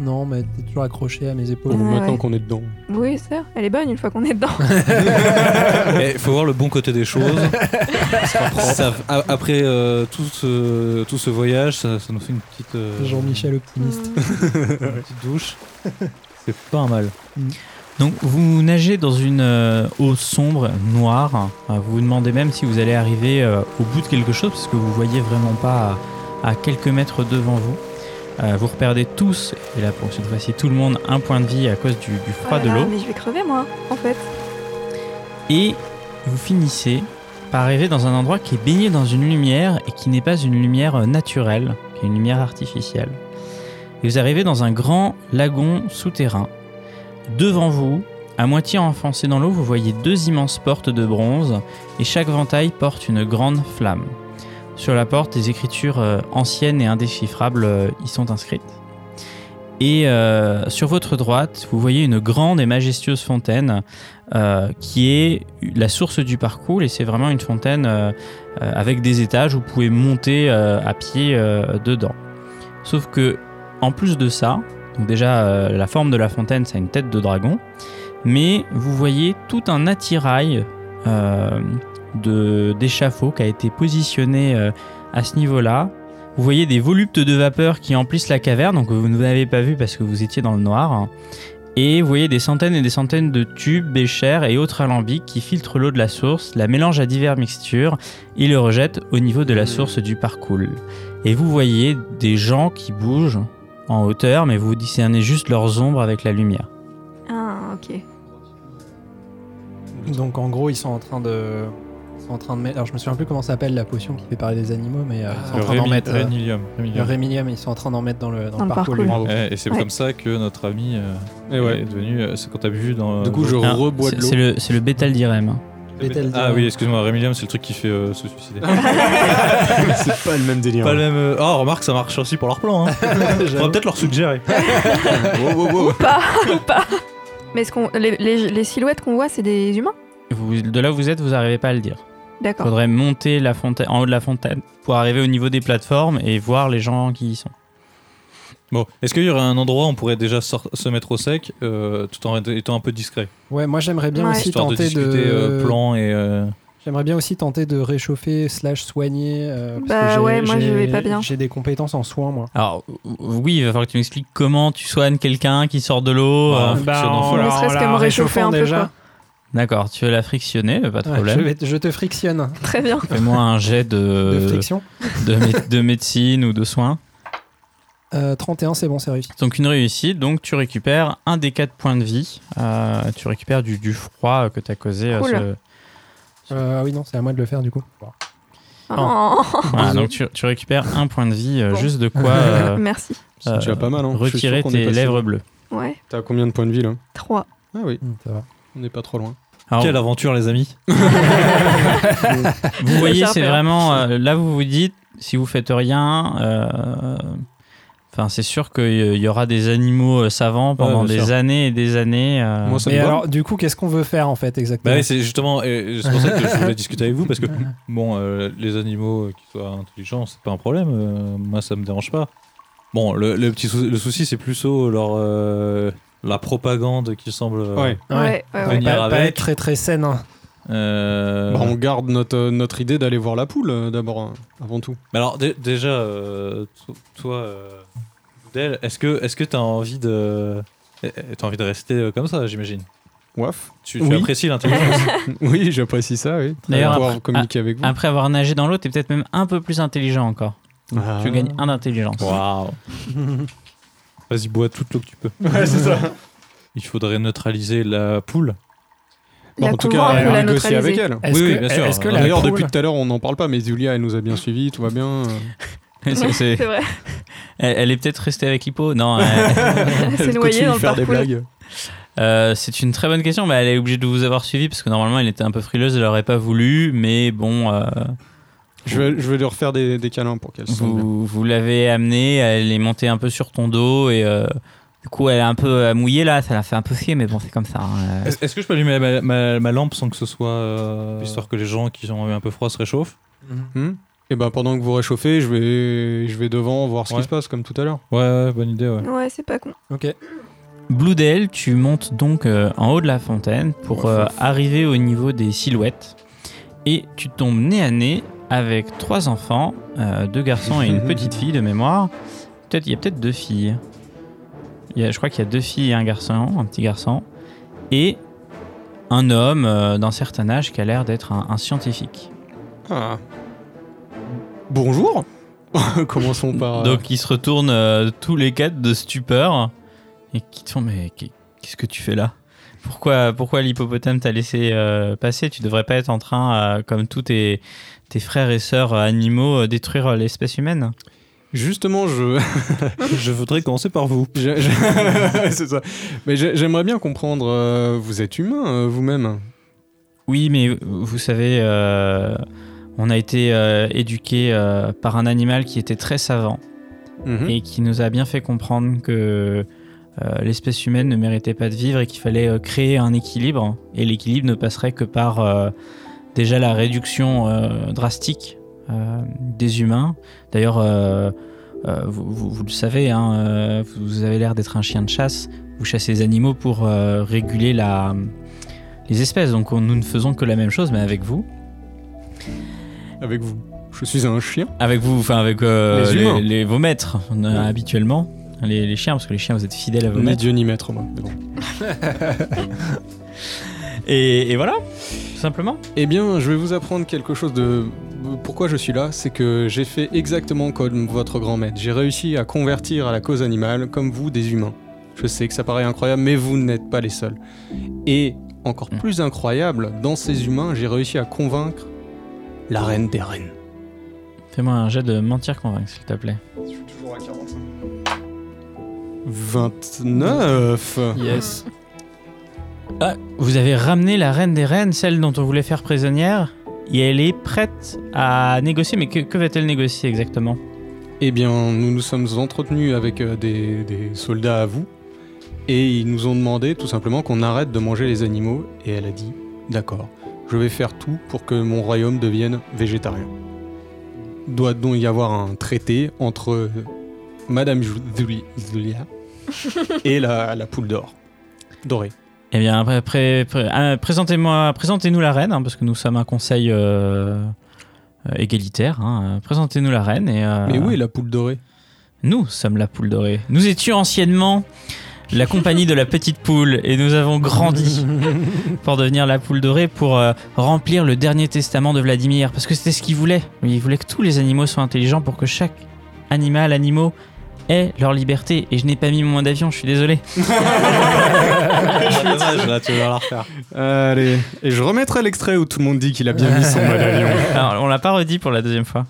S6: Non, mais t'es toujours accroché à mes
S5: Bon,
S6: épaules.
S4: Ouais,
S5: maintenant
S4: ouais.
S5: qu'on est dedans.
S4: Oui, ça, elle est bonne une fois qu'on est dedans.
S5: <laughs>
S3: Il Eh, faut voir le bon côté des choses. Ça- a- après euh, tout, ce, tout ce voyage, ça, ça nous fait une petite, euh,
S6: Jean-Michel optimiste.
S4: Oh
S3: une petite douche. C'est pas mal.
S2: Donc, vous nagez dans une euh, eau sombre, noire. Euh, Vous vous demandez même si vous allez arriver euh, au bout de quelque chose, parce que vous voyez vraiment pas à, à quelques mètres devant vous. Euh, vous reperdez tous, et là pour cette fois-ci tout le monde, un point de vie à cause du, du froid
S4: Ah
S2: de
S4: là là,
S2: l'eau.
S4: Mais je vais crever moi, en fait.
S2: Et vous finissez par arriver dans un endroit qui est baigné dans une lumière et qui n'est pas une lumière euh, naturelle, qui est une lumière artificielle. Et vous arrivez dans un grand lagon souterrain. Devant vous, à moitié enfoncé dans l'eau, vous voyez deux immenses portes de bronze et chaque ventail porte une grande flamme. Sur la porte, des écritures euh, anciennes et indéchiffrables euh, y sont inscrites. Et euh, sur votre droite, vous voyez une grande et majestueuse fontaine euh, qui est la source du parcours et c'est vraiment une fontaine euh, euh, avec des étages où vous pouvez monter euh, à pied euh, dedans. Sauf que en plus de ça, donc déjà euh, la forme de la fontaine ça a une tête de dragon, mais vous voyez tout un attirail euh, de d'échafaud qui a été positionné euh, à ce niveau-là. Vous voyez des voluptes de vapeur qui emplissent la caverne, donc vous ne l'avez pas vu parce que vous étiez dans le noir. hein. Et vous voyez des centaines et des centaines de tubes, béchères et autres alambics qui filtrent l'eau de la source, la mélangent à diverses mixtures et le rejettent au niveau de la source du parcours. Et vous voyez des gens qui bougent en hauteur, mais vous discernez juste leurs ombres avec la lumière.
S4: Ah,
S5: <laughs>
S4: ok.
S6: Donc en gros, ils sont en train de. Ils sont en train de mettre. Alors je me souviens plus comment ça s'appelle la potion qui fait parler des animaux, mais euh, ils sont en
S3: Le
S6: train d'en
S3: Rémi-
S6: mettre. euh,
S3: Rémilium.
S6: le
S3: Rémilium.
S6: rémilium, ils sont en train d'en mettre dans le, dans
S4: Dans
S6: le
S4: le
S6: parcours.
S4: parcours,
S6: lui.
S5: Bravo.
S3: Ouais, et c'est
S4: Ouais.
S3: comme ça que notre ami euh,
S5: Et ouais.
S3: est devenu. euh, C'est quand t'as bu dans.
S5: Du coup, je
S2: Ah,
S5: rebois
S2: c'est-
S5: de
S2: c'est
S5: l'eau.
S2: le, c'est le bétal d'Irem.
S6: Bethel
S3: Ah
S6: dit- <laughs>
S3: oui, excuse-moi, Rémilium, c'est le truc qui fait euh, se suicider.
S5: <laughs> C'est pas le même délire. hein.
S3: Pas le même. euh, Oh, remarque, ça marche aussi pour leur plan. Hein. On va peut-être leur suggérer.
S5: Wow, wow, wow.
S4: <laughs> Mais est-ce qu'on les, les- les silhouettes qu'on voit, c'est des humains
S2: Vous- de là où vous êtes, vous n'arrivez pas à le dire. Il
S4: D'accord.
S2: faudrait monter la fontaine, en haut de la fontaine pour arriver au niveau des plateformes et voir les gens qui y sont.
S3: Bon, est-ce qu'il y aurait un endroit où on pourrait déjà sort- se mettre au sec euh, tout en étant un peu discret
S6: Ouais, moi j'aimerais bien
S4: Ouais.
S6: aussi
S3: Histoire de
S6: tenter de.
S3: discuter euh, plan et. euh,
S6: J'aimerais bien aussi tenter de réchauffer slash soigner. euh, parce
S4: Bah
S6: que j'ai-
S4: ouais, moi, je
S6: j'ai-
S4: vais pas bien.
S6: J'ai des compétences en soins, moi.
S2: Alors euh, oui, il va falloir que tu m'expliques comment tu soignes quelqu'un qui sort de l'eau.
S3: Bah,
S2: euh,
S3: Bah, fonctionne en
S6: on
S3: fond.
S6: la-
S4: Ne serait-ce
S6: on
S4: que
S6: la
S4: me réchauffer
S6: réchauffant
S4: un peu,
S6: déjà.
S4: quoi.
S2: D'accord, tu veux la frictionner, pas de
S6: Ouais,
S2: problème.
S6: je, vais te- je te frictionne
S4: Très bien.
S2: Fais-moi un jet
S6: de
S3: Euh.
S2: de,
S6: friction.
S2: de, mé- de médecine ou de soins.
S6: Euh, 31, c'est bon, c'est réussi.
S2: Donc une réussite, donc tu récupères un des quatre points de vie. Euh, tu récupères du, du froid que t'as causé. euh,
S4: Cool.
S2: ce-
S6: Euh, ah oui, non, c'est à moi de le faire du coup.
S5: Ah.
S4: Oh,
S2: Voilà,
S6: Désolé.
S2: donc tu, tu récupères un point de vie, euh, juste de quoi euh,
S4: Merci.
S5: C'est déjà pas mal. Hein. Je suis
S2: retirer
S5: sûr qu'on est
S2: tes
S5: passé-
S2: lèvres bleues.
S4: Ouais,
S5: T'as combien de points de vie là
S4: Trois.
S5: Ah oui,
S6: Hum, ça va.
S5: on n'est pas trop loin.
S2: Alors,
S3: Quelle aventure, les amis
S2: vous voyez,
S4: Sharp,
S2: c'est
S4: hein.
S2: vraiment euh, là vous vous dites si vous faites rien. euh, Enfin, c'est sûr qu'il y aura des animaux euh, savants pendant
S3: Ouais, bien
S2: des
S3: sûr.
S2: années et des années. euh,
S5: Moi, ça
S6: Mais
S5: me va.
S6: alors, du coup, qu'est-ce qu'on veut faire en fait
S3: Bah
S6: exactement
S3: oui, c'est justement, et c'est pour ça que je voulais discuter avec vous,
S5: <laughs>
S3: parce que, bon, euh, les animaux euh, qui soient intelligents, c'est pas un problème, euh, moi ça me dérange pas. Bon, le, le petit sou- le souci, c'est plus leur, euh, la propagande qui semble... euh,
S5: Ouais.
S4: ouais, ouais. ouais,
S3: Venir
S6: Pas, pas
S3: avec.
S6: être très très saine. hein.
S3: euh,
S5: Bah, on garde notre, euh, notre idée d'aller voir la poule euh, d'abord, hein, avant tout.
S3: Mais alors, dé- déjà, euh, to- toi, euh, Del, est-ce que est-ce que t'as envie de... eh, eh, T'as envie de rester euh, comme ça, j'imagine
S5: Ouaf.
S3: tu, tu
S5: Oui.
S2: <laughs>
S3: apprécies l'intelligence
S5: <laughs> oui, j'apprécie ça, oui.
S2: D'ailleurs,
S5: pouvoir
S2: après-
S5: communiquer avec vous.
S2: Après avoir nagé dans l'eau, t'es peut-être même un peu plus intelligent encore.
S5: Ah.
S2: Tu gagnes un d'intelligence.
S3: Waouh <laughs> Vas-y, bois toute l'eau que tu peux.
S5: Ouais, c'est ça.
S3: Il faudrait neutraliser la poule.
S4: La
S5: Bon, Bah, en tout
S4: couvrant,
S5: cas,
S4: on peut
S5: on
S4: la
S5: a négocié avec
S4: neutraliser.
S5: elle.
S6: Est-ce
S3: Oui,
S6: que,
S3: oui, bien sûr.
S6: Est-ce que la
S5: D'ailleurs,
S6: poule-
S5: depuis tout à l'heure, on n'en parle pas, mais Julia, elle nous a bien suivis, tout va bien. euh.
S2: C'est- c'est-
S4: C'est vrai.
S2: elle, elle est peut-être restée avec Hippo. Non, <laughs> euh,
S4: <laughs> C'est
S5: Elle
S4: noyé
S5: continue
S4: dans
S5: de
S4: le
S5: faire des
S4: parcours.
S5: blagues.
S2: euh, c'est une très bonne question. mais elle est obligée de vous avoir suivi parce que normalement, elle était un peu frileuse, elle aurait pas voulu. Mais bon, euh,
S5: Je vais, je vais lui refaire des, des câlins pour qu'elle se sente bien.
S2: Vous, vous l'avez amenée, elle est montée un peu sur ton dos et euh, du coup elle est un peu euh, mouillée là, ça l'a fait un peu fier, mais bon c'est comme ça. hein, euh.
S3: Est-ce est-ce que je peux allumer ma, ma- ma lampe sans que ce soit. euh, histoire que les gens qui ont eu un peu froid se réchauffent
S5: Hmm et ben pendant que vous réchauffez, je vais, je vais devant voir ce
S3: Ouais.
S5: qui se passe, comme tout à l'heure.
S3: Ouais, ouais, bonne idée, ouais.
S4: Ouais, c'est pas
S5: <laughs>
S4: con.
S6: Ok.
S2: Bloodel, tu montes donc euh, en haut de la fontaine pour euh, arriver au niveau des silhouettes et tu tombes nez à nez avec trois enfants, euh, deux garçons et une petite fille de mémoire. Peut-être il y a peut-être deux filles. Il y a- je crois qu'il y a deux filles et un garçon, un petit garçon et un homme euh, d'un certain âge qui a l'air d'être un- un scientifique.
S5: Ah. Bonjour <laughs> Commençons par. euh,
S2: Donc ils se retournent euh, tous les quatre de stupeur et qui te font mais qu'est- qu'est-ce que tu fais là Pourquoi pourquoi l'hippopotame t'a laissé euh, passer Tu devrais pas être en train euh, comme tous tes tes frères et sœurs euh, animaux euh, détruire euh, l'espèce humaine.
S5: Justement, je.
S3: <laughs> je voudrais commencer par vous.
S5: je- je- <laughs> C'est ça. Mais j'ai- j'aimerais bien comprendre. euh, vous êtes humain euh, vous-même
S2: Oui, mais vous vous savez euh, on a été euh, éduqués euh, par un animal qui était très savant
S5: Mhm.
S2: et qui nous a bien fait comprendre que euh, l'espèce humaine ne méritait pas de vivre et qu'il fallait euh, créer un équilibre. Et l'équilibre ne passerait que par euh, déjà la réduction euh, drastique euh, des humains. D'ailleurs, euh, euh, vous, vous- vous le savez, hein, euh, vous- vous avez l'air d'être un chien de chasse. Vous chassez les animaux pour euh, réguler la, les espèces. Donc on- nous ne faisons que la même chose, mais avec vous.
S5: Avec vous. Je suis un chien.
S2: Avec vous, enfin avec euh,
S5: Les humains.
S2: vos maîtres, on a
S5: Oui.
S2: habituellement. Les, les chiens, parce que les chiens, vous êtes fidèles à vos
S5: Ni
S2: maîtres.
S5: Dieu ni maître, moi. Mais bon.
S2: Et, et voilà, tout simplement.
S5: Eh bien, je vais vous apprendre quelque chose de. Pourquoi je suis là C'est que j'ai fait exactement comme votre grand-maître. J'ai réussi à convertir à la cause animale, comme vous, des humains. Je sais que ça paraît incroyable, mais vous n'êtes pas les seuls. Et encore
S2: Mm.
S5: plus incroyable, dans ces humains, j'ai réussi à convaincre la reine des reines.
S2: Fais-moi un jet de mentir convaincre, s'il te plaît.
S5: 29
S6: Yes.
S2: Ah, vous avez ramené la reine des reines, celle dont on voulait faire prisonnière, et elle est prête à négocier. Mais que, que va-t-elle négocier exactement
S5: Eh bien, nous nous sommes entretenus avec euh, des, des soldats à vous, et ils nous ont demandé tout simplement qu'on arrête de manger les animaux, et elle a dit, d'accord, je vais faire tout pour que mon royaume devienne végétarien. Doit donc y avoir un traité entre euh, Madame Ju- Zuli- Zulia et la, la poule d'or. Dorée.
S2: Eh bien, après, après- après- ah, présentez-moi, présentez-nous la reine, hein, parce que nous sommes un conseil euh, euh, égalitaire. hein. Euh, Présentez-nous la reine et.
S3: Ah.
S2: euh,
S5: Mais où est la poule dorée
S2: Nous sommes la poule dorée. Nous étions anciennement la compagnie de la petite poule et nous avons
S3: <laughs>
S2: grandi pour devenir la poule dorée pour euh, remplir le dernier testament de Vladimir parce que c'était ce qu'il voulait. Il voulait que tous les animaux soient intelligents pour que chaque animal, animaux ait leur liberté. Et je n'ai pas mis mon moyen d'avion, je suis
S3: <laughs>
S2: désolé.
S3: Ah, Dommage, là, tu vas la refaire.
S5: Allez, et je remettrai l'extrait où tout le monde dit qu'il a bien
S3: <laughs>
S5: mis son mode avion.
S2: Alors, on l'a pas redit pour la deuxième fois.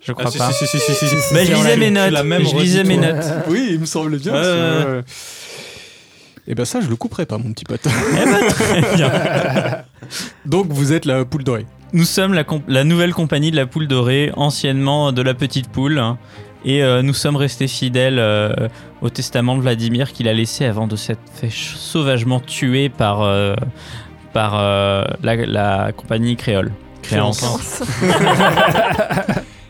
S2: Je crois
S3: Ah, si,
S2: pas.
S3: si, si, si, si, si, si,
S2: Bah,
S3: si,
S2: je
S3: on
S2: lisais
S3: l'a vu.
S2: mes
S3: Tu
S2: notes.
S3: l'as même
S2: Je
S3: redit,
S2: lisais
S3: toi.
S2: mes notes.
S5: Oui, il me semble bien.
S3: Ouais,
S5: c'est-
S3: ouais,
S5: Et ben ça, je le couperai pas, mon petit pote. <laughs>
S2: Eh ben, très <laughs>
S3: <laughs>
S2: bien.
S5: Donc vous êtes la poule dorée.
S2: Nous sommes la, comp- la nouvelle compagnie de la poule dorée, anciennement de la petite poule, hein, et euh, nous sommes restés fidèles euh, au testament de Vladimir qu'il a laissé avant de s'être fait ch- sauvagement tuer par, euh, par euh, la, la compagnie créole. Créance.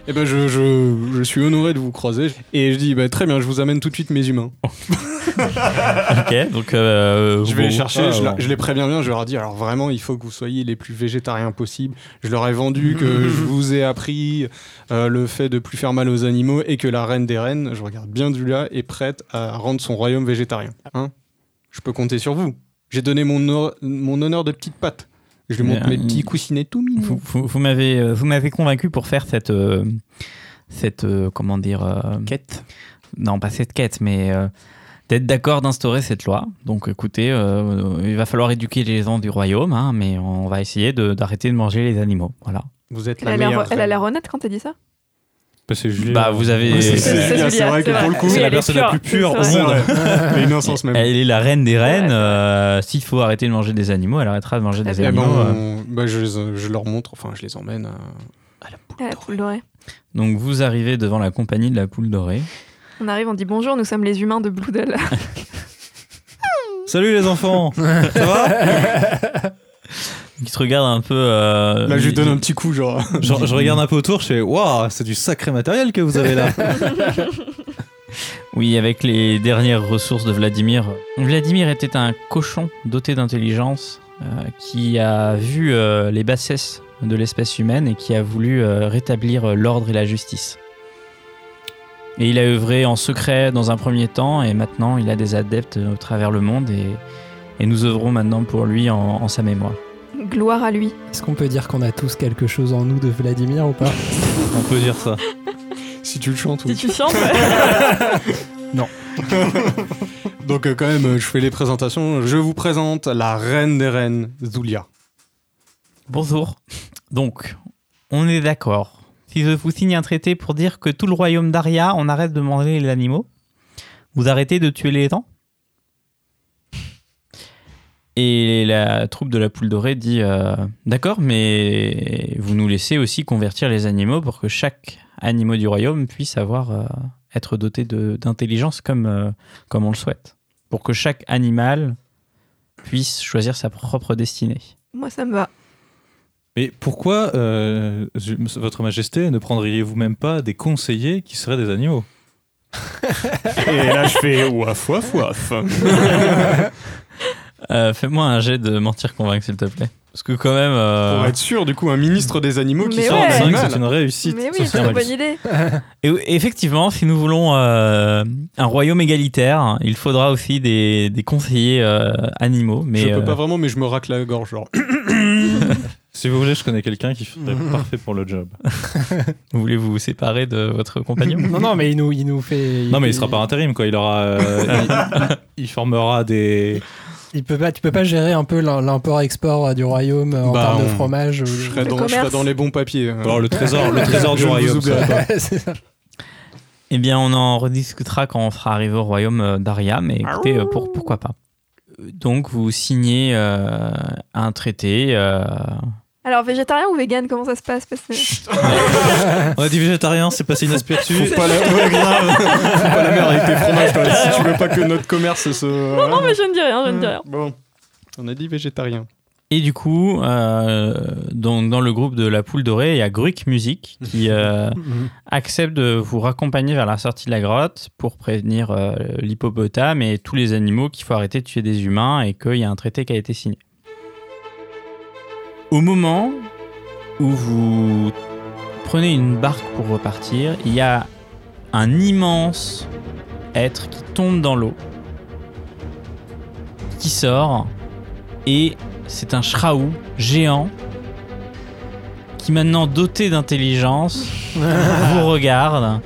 S5: Et ben je, je, je suis honoré de vous croiser. Et je dis, bah, très bien, je vous amène tout de suite mes humains.
S2: ok, donc. euh,
S5: Je vais les
S2: bon.
S5: chercher,
S3: ah,
S5: je, la-
S3: ouais.
S5: je les préviens bien, je leur dis, alors vraiment, il faut que vous soyez les plus végétariens possible. Je leur ai vendu que je vous ai appris euh, le fait de plus faire mal aux animaux et que la reine des reines, je regarde bien du là, est prête à rendre son royaume végétarien. Hein je peux compter sur vous. J'ai donné mon, or- mon honneur de petite patte. Je lui montre
S2: Mais,
S5: mes
S2: euh,
S5: petits coussinets tout mignons.
S2: Vous, vous- vous m'avez, euh, vous m'avez convaincu pour faire cette. euh, cette. euh, comment dire. euh,
S6: Quête.
S2: non pas cette quête, mais euh, d'être d'accord d'instaurer cette loi. Donc écoutez, euh, il va falloir éduquer les gens du royaume, hein, mais on va essayer de- d'arrêter de, manger les animaux. Voilà.
S5: Vous êtes
S4: Elle
S5: la
S4: a, l'air,
S5: meilleure.
S4: elle a
S5: reine.
S4: l'air honnête quand t'as dit ça.
S3: Bah, c'est Julie.
S2: Bah vous avez... <laughs>
S5: Ouais, euh, c'est-
S4: C'est-
S5: c'est-
S4: c'est
S5: bien,
S4: Julia,
S5: vrai que
S4: c'est
S5: pour
S4: vrai.
S5: le coup,
S4: Oui,
S5: c'est la
S4: elle est
S3: personne la
S4: pure,
S3: plus pure
S4: c'est
S3: au
S4: vrai.
S3: monde.
S5: Elle a une innocence même.
S2: Euh, Elle est la reine des reines.
S4: Ouais.
S2: euh, S'il faut arrêter de manger des animaux, elle arrêtera de manger des
S4: Eh
S5: Eh
S2: animaux.
S5: ben,
S2: euh.
S5: on- bah, je, les- je leur montre, enfin je les emmène à, à la poule
S4: Ah, la poule dorée.
S2: Donc vous arrivez devant la compagnie de la poule dorée.
S4: On arrive, on dit bonjour, nous sommes les humains de Bloodle.
S3: Salut
S2: <laughs>
S3: les enfants Ça va
S2: Qui te regarde un peu. euh,
S5: Là, Bah, je lui
S2: il-
S5: donne un petit coup, genre. <laughs>
S3: je, je regarde un peu autour, je fais Waouh, c'est du sacré matériel que vous avez là
S7: <laughs>
S2: Oui, avec les dernières ressources de Vladimir. Vladimir était un cochon doté d'intelligence euh, qui a vu euh, les bassesses de l'espèce humaine et qui a voulu euh, rétablir euh, l'ordre et la justice. Et il a œuvré en secret dans un premier temps et maintenant il a des adeptes euh, au travers le monde et, et nous œuvrons maintenant pour lui en, en sa mémoire.
S4: <laughs> Gloire à lui.
S6: Est-ce qu'on peut dire qu'on a tous quelque chose en nous de Vladimir ou pas
S3: On peut dire ça.
S5: Si tu le chantes,
S4: Si
S5: oui.
S4: tu chantes,
S5: <laughs> Donc, euh, quand même, euh, je fais les présentations. Je vous présente la reine des reines, Zulia.
S2: Bonjour. Donc, on est d'accord. Si je vous signe un traité pour dire que tout le royaume d'Aria, on arrête de manger les animaux, vous arrêtez de tuer les dents Et la troupe de la poule dorée dit euh, D'accord, mais vous nous laissez aussi convertir les animaux pour que chaque animal du royaume puisse avoir, euh, être doté de- d'intelligence comme, euh, comme on le souhaite. Pour que chaque animal puisse choisir sa propre destinée.
S4: moi ça me va.
S3: Mais pourquoi, euh, Votre Majesté, ne prendriez-vous même pas des conseillers qui seraient des animaux
S7: <laughs> Et là, je fais ouaf, ouaf, ouaf.
S2: Euh, Fais-moi un jet de mentir convaincre, s'il te plaît. Parce que quand même... euh,
S5: Pour être sûr, du coup, un ministre des animaux qui
S4: Mais
S5: sort
S4: ouais.
S5: un
S3: C'est vrai que
S5: animal.
S3: c'est une réussite.
S4: Mais oui,
S3: sociale.
S4: c'est une bonne idée.
S2: et- effectivement, si nous voulons euh, un royaume égalitaire, il faudra aussi des, des conseillers euh, animaux. Mais,
S5: je
S2: euh,
S5: peux pas vraiment, mais je me racle la
S4: <coughs>
S5: gorge, genre.
S3: Si vous voulez, je connais quelqu'un qui serait
S7: Mhm.
S3: parfait pour le job.
S2: Vous voulez vous séparer de votre
S5: <laughs>
S2: compagnon
S6: <laughs> Non, non, mais il nous, il nous fait.
S3: Non, mais il sera pas intérim, quoi. Il aura.
S7: <laughs>
S3: euh, il, il formera des.
S6: Il peut pas, tu peux pas gérer un peu l'im- l'import-export euh, du royaume euh, en
S5: Bah,
S6: termes de
S5: on-
S6: fromage. ou-
S5: Je
S6: <laughs>
S5: serai
S4: Le
S5: dans, je serai
S4: commerce.
S5: dans les bons papiers. euh.
S3: Alors, Oh, le trésor, le trésor du
S5: Je ne vous
S3: royaume. ça.
S5: oublierai pas.
S6: C'est ça.
S2: Eh bien, on en rediscutera quand on fera arriver au royaume euh, d'Aria, mais écoutez, euh, pour, pourquoi pas Euh, donc, vous signez euh, un traité. euh,
S4: Alors, végétarien ou vegan, comment ça se passe Parce que-
S3: On a dit végétarien, c'est passé inaperçu.
S5: Faut pas la <laughs> ouais, grave. Faut pas la merde avec tes fromages, toi. Si tu veux pas que notre commerce se. hein. Non,
S4: <laughs> Non, mais je ne dis rien, je ne dis rien.
S5: Bon. On a dit végétarien.
S2: Et du coup, euh, dans, dans le groupe de la poule dorée, il y a Gruik Music qui euh, accepte de vous raccompagner vers la sortie de la grotte pour prévenir euh, l'hippopotame et tous les animaux qu'il faut arrêter de tuer des humains et qu'il y a un traité qui a été signé. Au moment où vous prenez une barque pour repartir, il y a un immense être qui tombe dans l'eau, qui sort, et c'est un Shraou géant qui maintenant doté d'intelligence vous regarde.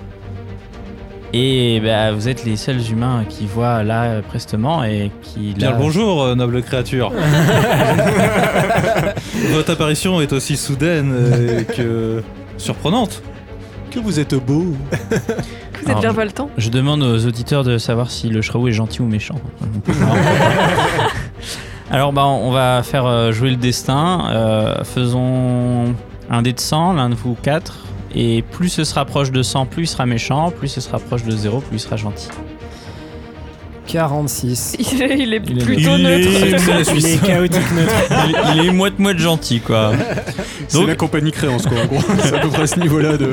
S2: Et bah, vous êtes les seuls humains qui voient là euh, prestement et qui...
S3: Bien
S2: là-
S3: le bonjour, euh, noble créature. Votre apparition est aussi soudaine euh, que surprenante.
S5: Que vous êtes beau.
S4: Vous êtes
S2: Ah,
S4: bien
S2: je-
S4: voltant.
S2: Je demande aux auditeurs de savoir si le Shraou est gentil ou méchant. Alors bah on va faire euh, jouer le destin. Euh, faisons un dé de 100, l'un de vous 4. Et plus ce se rapproche de 100, plus il sera méchant. Plus ce se rapproche de 0, plus il sera gentil.
S6: 46.
S4: <laughs> Il est, il est
S2: Il est
S4: plutôt
S2: Il est-
S4: <laughs> neutre.
S2: il est-
S3: Il est
S6: chaotique neutre.
S2: il, il est moite-moite gentil quoi.
S5: C'est
S2: Donc-
S5: la compagnie créance, quoi,
S2: <laughs>
S5: en gros. C'est à peu près à ce niveau-là de.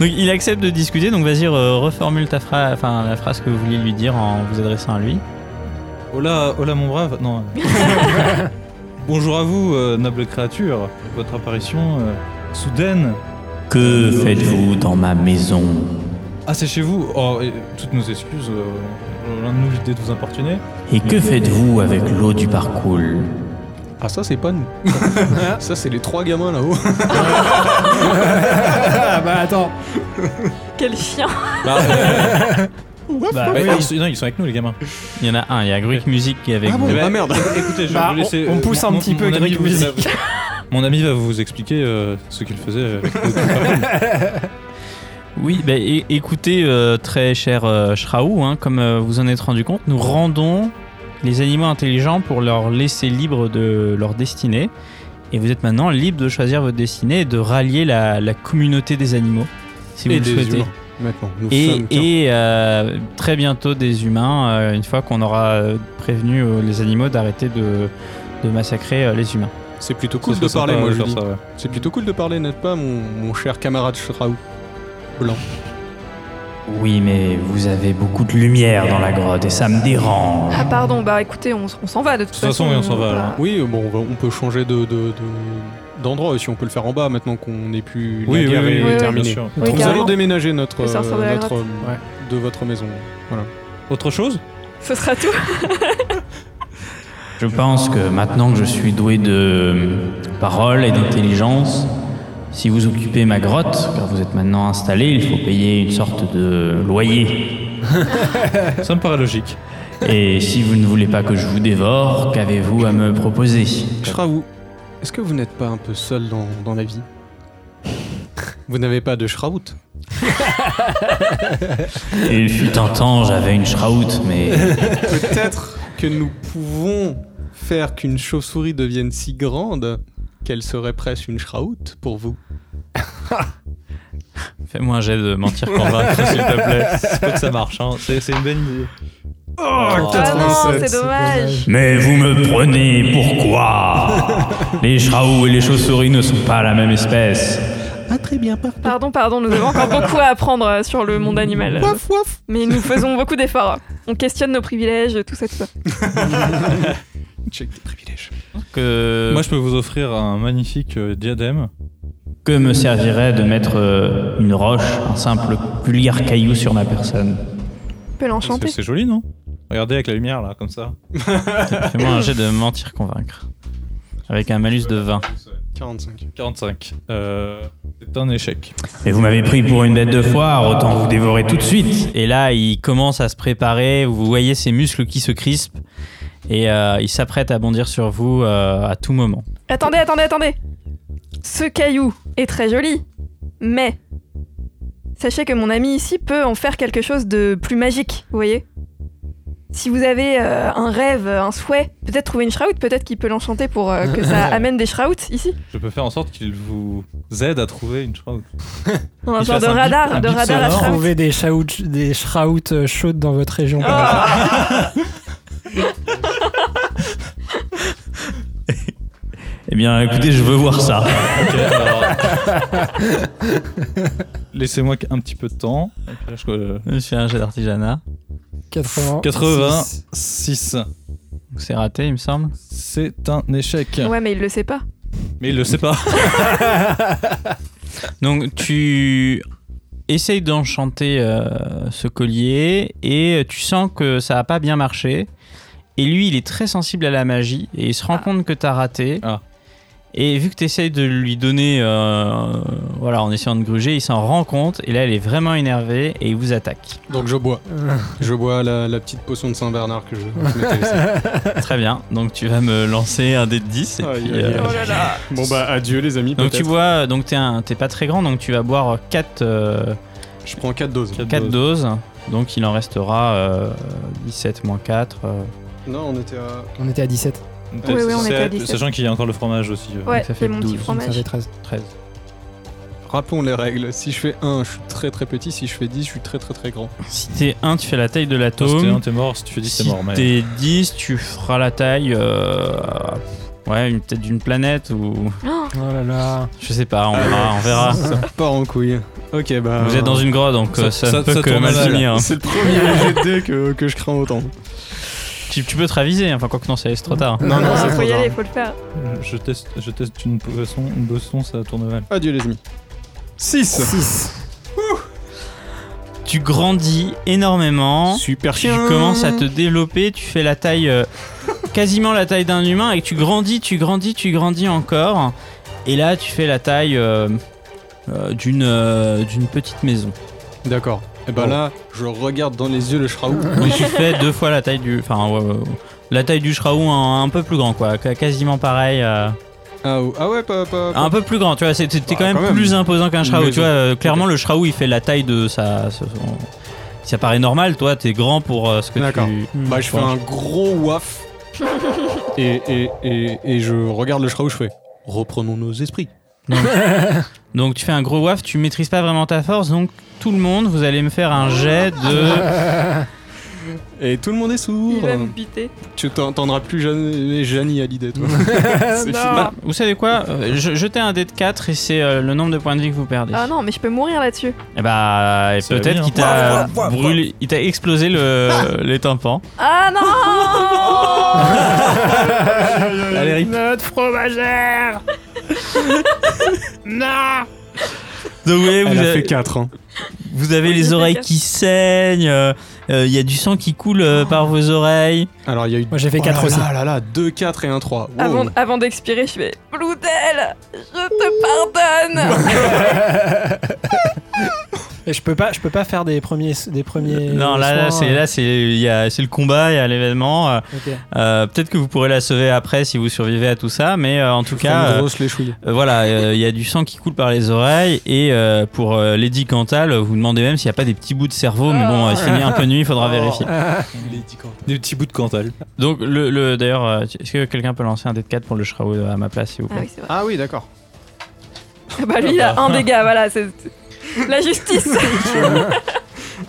S2: Donc il accepte de discuter, donc vas-y re- reformule ta phrase, enfin la phrase que vous vouliez lui dire en vous adressant à lui.
S3: Hola, hola mon brave. Non. Bonjour à vous, euh, noble créature. Votre apparition euh, soudaine.
S2: Que faites-vous dans ma maison
S3: Ah, c'est chez vous. Oh, et toutes nos excuses. euh, L'un de nous l'idée de vous importuner.
S2: Et que faites-vous avec l'eau du parcours
S5: Ah, ça, c'est <laughs> pas nous. ça, c'est les trois gamins là-haut.
S6: Ah, bah attends.
S4: Quel chien
S3: Bah,
S6: <laughs>
S3: euh, bah,
S6: oui.
S3: ils, sont- non, ils sont avec nous, les gamins.
S2: Il y en a un, il y a Gruik Music qui est avec vous.
S3: Eh ben,
S5: ah, merde.
S3: Écoutez, je
S6: Bah,
S3: vais vous laisser. euh,
S6: on- on pousse un
S3: mon-
S6: petit
S3: mon
S6: peu
S3: ami
S6: Greg
S3: vous-
S6: Music.
S3: Mon ami va vous expliquer euh, ce qu'il faisait. euh,
S6: <laughs>
S2: Oui, bah, é- écoutez, euh, très cher euh, Shraou, hein, comme euh, vous en êtes rendu compte, nous rendons les animaux intelligents pour leur laisser libre de leur destinée. Et vous êtes maintenant libre de choisir votre destinée et de rallier la, la communauté des animaux, si vous
S5: et
S2: le
S5: des
S2: souhaitez.
S5: humains. Maintenant, nous
S2: Et,
S5: sommes qu'un.
S2: et, euh, très bientôt des humains, euh, une fois qu'on aura euh, prévenu euh, les animaux d'arrêter de, de massacrer euh, les humains.
S5: C'est plutôt
S3: Ça
S5: cool
S3: serait
S5: de parler,
S3: sympa
S5: moi je
S3: faire
S5: dis.
S3: ça, ouais.
S5: C'est plutôt cool de parler, n'est-ce pas, mon, mon cher camarade Shraou Blanc.
S2: Oui, mais vous avez beaucoup de lumière dans la grotte et ça me dérange.
S4: Ah pardon, bah écoutez, on, s- on s'en va de toute, Bah,
S3: De toute façon, oui, on s'en va,
S4: va.
S3: alors.
S5: Oui, euh, bon, on, va- on peut changer de, de- de- d'endroit aussi. On peut le faire en bas maintenant qu'on est plus. la
S3: Oui, oui,
S5: guerre est
S3: oui,
S4: oui,
S5: euh, terminée.
S3: bien sûr.
S4: Oui,
S5: Nous
S4: carrément.
S5: allons déménager notre,
S4: Le sorcier de la
S5: notre
S4: grotte.
S5: euh, de votre maison.
S3: Autre chose
S4: Ce sera tout.
S2: Je pense que maintenant que je suis doué de euh, parole et d'intelligence, si vous occupez ma grotte, car vous êtes maintenant installé, il faut payer une sorte de loyer.
S3: Ça me paraît
S5: <laughs>
S3: logique.
S2: Et si vous ne voulez pas que je vous dévore, qu'avez-vous à me proposer
S5: Shraou, est-ce que vous n'êtes pas un peu seul dans, dans la vie Vous n'avez pas de Shraout
S2: Il fut un temps, j'avais une schraoute, mais
S5: Peut-être que nous pouvons faire qu'une chauve-souris devienne si grande qu'elle serait presque une Shraout pour vous.
S2: fais-moi un jet de mentir convaincre, s'il te plaît.
S3: Ça peut que ça marche, hein. c'est c'est une bonne idée.
S5: Oh,
S4: Ah non, c'est dommage.
S2: Mais vous me prenez pourquoi Les schraous et les chauves-souris ne sont pas la même espèce.
S4: Pardon, pardon, nous avons encore beaucoup à apprendre euh, sur le monde animal. Mais nous faisons beaucoup d'efforts. On questionne nos privilèges, tout ça, tout ça.
S5: Check des privilèges.
S2: Que...
S3: Moi, je peux vous offrir un magnifique euh, diadème.
S2: Que me servirait de mettre euh, une roche, un simple vulgaire caillou sur ma personne
S4: On peut
S3: Parce que
S4: l'enchanter.
S3: C'est joli, non Regardez avec la lumière, là, comme ça.
S2: Fais-moi un jet de mentir convaincre. Avec un malus de 20.
S5: 45.
S3: 45. Euh, c'est un échec.
S2: Mais vous m'avez pris pour une bête de foire, autant vous dévorer tout de suite. Et là, il commence à se préparer, vous voyez ses muscles qui se crispent. Et euh, il s'apprête à bondir sur vous euh, à tout moment.
S4: Attendez, attendez, attendez. Ce caillou est très joli, mais sachez que mon ami ici peut en faire quelque chose de plus magique, vous voyez Si vous avez euh, un rêve, un souhait, peut-être trouver une shroud, peut-être qu'il peut l'enchanter pour euh, que ça amène des shrouds ici.
S3: Je peux faire en sorte qu'il vous aide à trouver une
S5: <laughs>
S3: chose.
S4: Un
S3: Il
S4: genre de
S3: fasse un bip-
S4: radar,
S3: un
S4: de
S3: bip
S4: radar à
S3: sonore.
S4: shroud.
S6: Trouver des shrouds, des shrouds euh, chaudes dans votre région. par
S3: Ah.
S6: exemple.
S2: Eh bien, écoutez, je veux voir ça.
S3: Ok, alors- Laissez-moi un petit peu de temps. Ok, là, je- euh,
S2: Je fais un jet d'artisanat.
S6: 80.
S3: 86.
S2: Donc C'est raté, il me semble.
S3: C'est un échec.
S4: Ouais, mais il le sait pas.
S3: Mais il le sait pas.
S2: Donc tu essayes d'enchanter euh, ce collier et euh, tu sens que ça n'a pas bien marché. Et lui, il est très sensible à la magie et il se rend compte que t'as raté.
S3: Ah.
S2: Et vu que tu essayes de lui donner, euh, voilà, en essayant de gruger, il s'en rend compte et là, il est vraiment énervé et il vous attaque.
S5: Donc je <laughs> bois. Je bois la, la petite potion de Saint-Bernard <laughs> que je, je m'étais laissée.
S2: très bien. Donc tu vas me lancer un dé de 10 et
S5: Aïe,
S2: puis,
S5: aïe,
S2: euh,
S5: aïe. Bon bah adieu les amis.
S2: donc tu
S5: peut-être.
S2: vois, donc t'es un- t'es pas très grand, donc tu vas boire euh, 4
S5: Je prends 4 doses.
S2: 4 doses. Donc il en restera euh, 17 moins 4. euh,
S5: Non, on était à.
S6: On était à 17.
S4: Oui, oui, on était à 17.
S3: Sachant qu'il y a encore le fromage aussi. euh.
S4: Ouais,
S2: ça fait
S4: et mon
S2: 12,
S4: petit
S6: Donc ça
S4: fromage.
S6: fait 13.
S2: 13.
S5: Rappelons les règles. Si je fais 1, je suis très très petit. Si je fais 10, je suis très très très grand.
S2: Si t'es 1, tu fais la taille de
S3: Toi, si t'es un,
S2: l'atome.
S3: t'es mort. Si tu fais 10,
S2: Si
S3: t'es mort. Mais...
S2: t'es 10, tu feras la taille. euh, ouais, une- peut-être d'une planète ou.
S4: Ah.
S6: Oh là là.
S2: Je sais pas, on verra. On verra.
S5: Ça part en couille. Ok, bah.
S2: Vous êtes dans une grotte donc
S3: Ça-
S2: euh, ça,
S3: Euh, ça-
S2: ne peut
S3: ça
S2: que
S3: tourne
S2: mal
S3: mal.
S2: finir. hein.
S5: C'est le <laughs> premier GD que, que je crains autant.
S2: Tu, tu peux te raviser, hein, enfin, quoi que non, c'est trop tard.
S5: Non, non,
S4: Ah,
S5: c'est
S4: faut
S5: trop
S4: y
S5: tard.
S4: aller, faut le faire.
S3: euh, Je, je teste, je teste une boisson, une boisson, ça tourne mal.
S5: Adieu les amis. 6
S2: Tu grandis énormément.
S5: Super
S2: Tu commences à te développer, tu fais la taille, euh, quasiment la taille d'un humain, et tu grandis, tu grandis, tu grandis encore. Et là, tu fais la taille euh, euh, d'une euh, d'une petite maison.
S5: D'accord. Et bah
S3: Bon.
S5: là, je regarde dans les yeux le <laughs> Shraou.
S2: Donc tu fais deux fois la taille du, enfin ouais, ouais, ouais. la taille du Shraou, un, un peu plus grand quoi, Qu- quasiment pareil, euh,
S5: Ah, ou- ah ouais, pas. pas, pas-
S2: un peu plus grand. Tu vois, c'est- t'es t'es quand
S5: Ah,
S2: même,
S5: quand même.
S2: plus imposant qu'un Shraou.
S5: Mais
S2: Tu vois, euh, clairement le Shraou il fait la taille de sa. sa- son- ça paraît normal, toi, t'es grand pour euh, ce que
S5: D'accord.
S2: tu. <laughs>
S5: Bah, je fais un gros waf. et, et, et, et je regarde le Shraou, je fais. reprenons nos esprits.
S2: Donc tu fais un gros waf, tu maîtrises pas vraiment ta force, donc tout le monde, vous allez me faire un jet
S5: <laughs>
S2: de...
S5: Et tout le monde est
S4: Il
S5: sourd.
S4: va me buter.
S5: Tu t'entendras plus jamais Janie à l'idée,
S2: <laughs>
S5: toi. C'est fini.
S4: Non.
S2: Vous savez quoi Euh, je- Jetez un dé de 4 et c'est euh, le nombre de points de vie que vous perdez.
S4: Ah non, mais je peux mourir là-dessus.
S2: Et bah, et
S3: Ça va
S2: peut-être
S3: bien.
S2: qu'il t'a brûlé, il t'a explosé
S5: <laughs>
S2: le, les tympans.
S4: Ah non
S2: Allez, rip.
S5: <laughs>
S7: Notre fromagère Non
S2: Donc, vous voyez, vous
S5: Elle a
S2: avez,
S5: fait hein. 4 ans.
S2: vous avez
S4: Oui, j'ai
S2: les
S4: fait
S2: oreilles
S4: gaffe.
S2: qui saignent, euh, il y a du sang qui coule
S4: Oh.
S2: euh, par vos oreilles.
S5: Alors il y a eu.
S6: Moi j'ai fait 4
S5: oh
S6: aussi.
S5: là là là là, 2, 4 et 1, 3.
S4: Avant, avant d'expirer, je fais Bloudel, je te pardonne
S6: Et je peux pas, je peux pas faire des premiers, des premiers.
S2: non, là, là,
S6: soins,
S2: c'est,
S6: euh,
S2: là c'est, il y a- c'est le combat, il y a l'événement. euh,
S6: ok.
S2: euh, peut-être que vous pourrez la sauver après si vous survivez à tout ça, mais euh, en tout cas, euh,
S5: grosse les chouilles.
S2: Euh, voilà, il y a du sang qui coule par les oreilles et euh, pour euh, Lady Cantal, vous demandez même s'il n'y a pas des petits bouts de cerveau, mais
S5: Ah.
S2: bon, euh, s'il est un peu nuit, il
S5: <laughs> Oh.
S2: faudra vérifier.
S3: Des petits bouts de Cantal.
S2: Donc, le, le- d'ailleurs, euh, est-ce que quelqu'un peut lancer un dé de 4 pour le Shraou à ma place, s'il vous
S4: Ah
S2: plaît
S4: oui, c'est vrai.
S5: Ah oui, d'accord.
S4: <laughs> Bah lui, il a un dégât, voilà, c'est la justice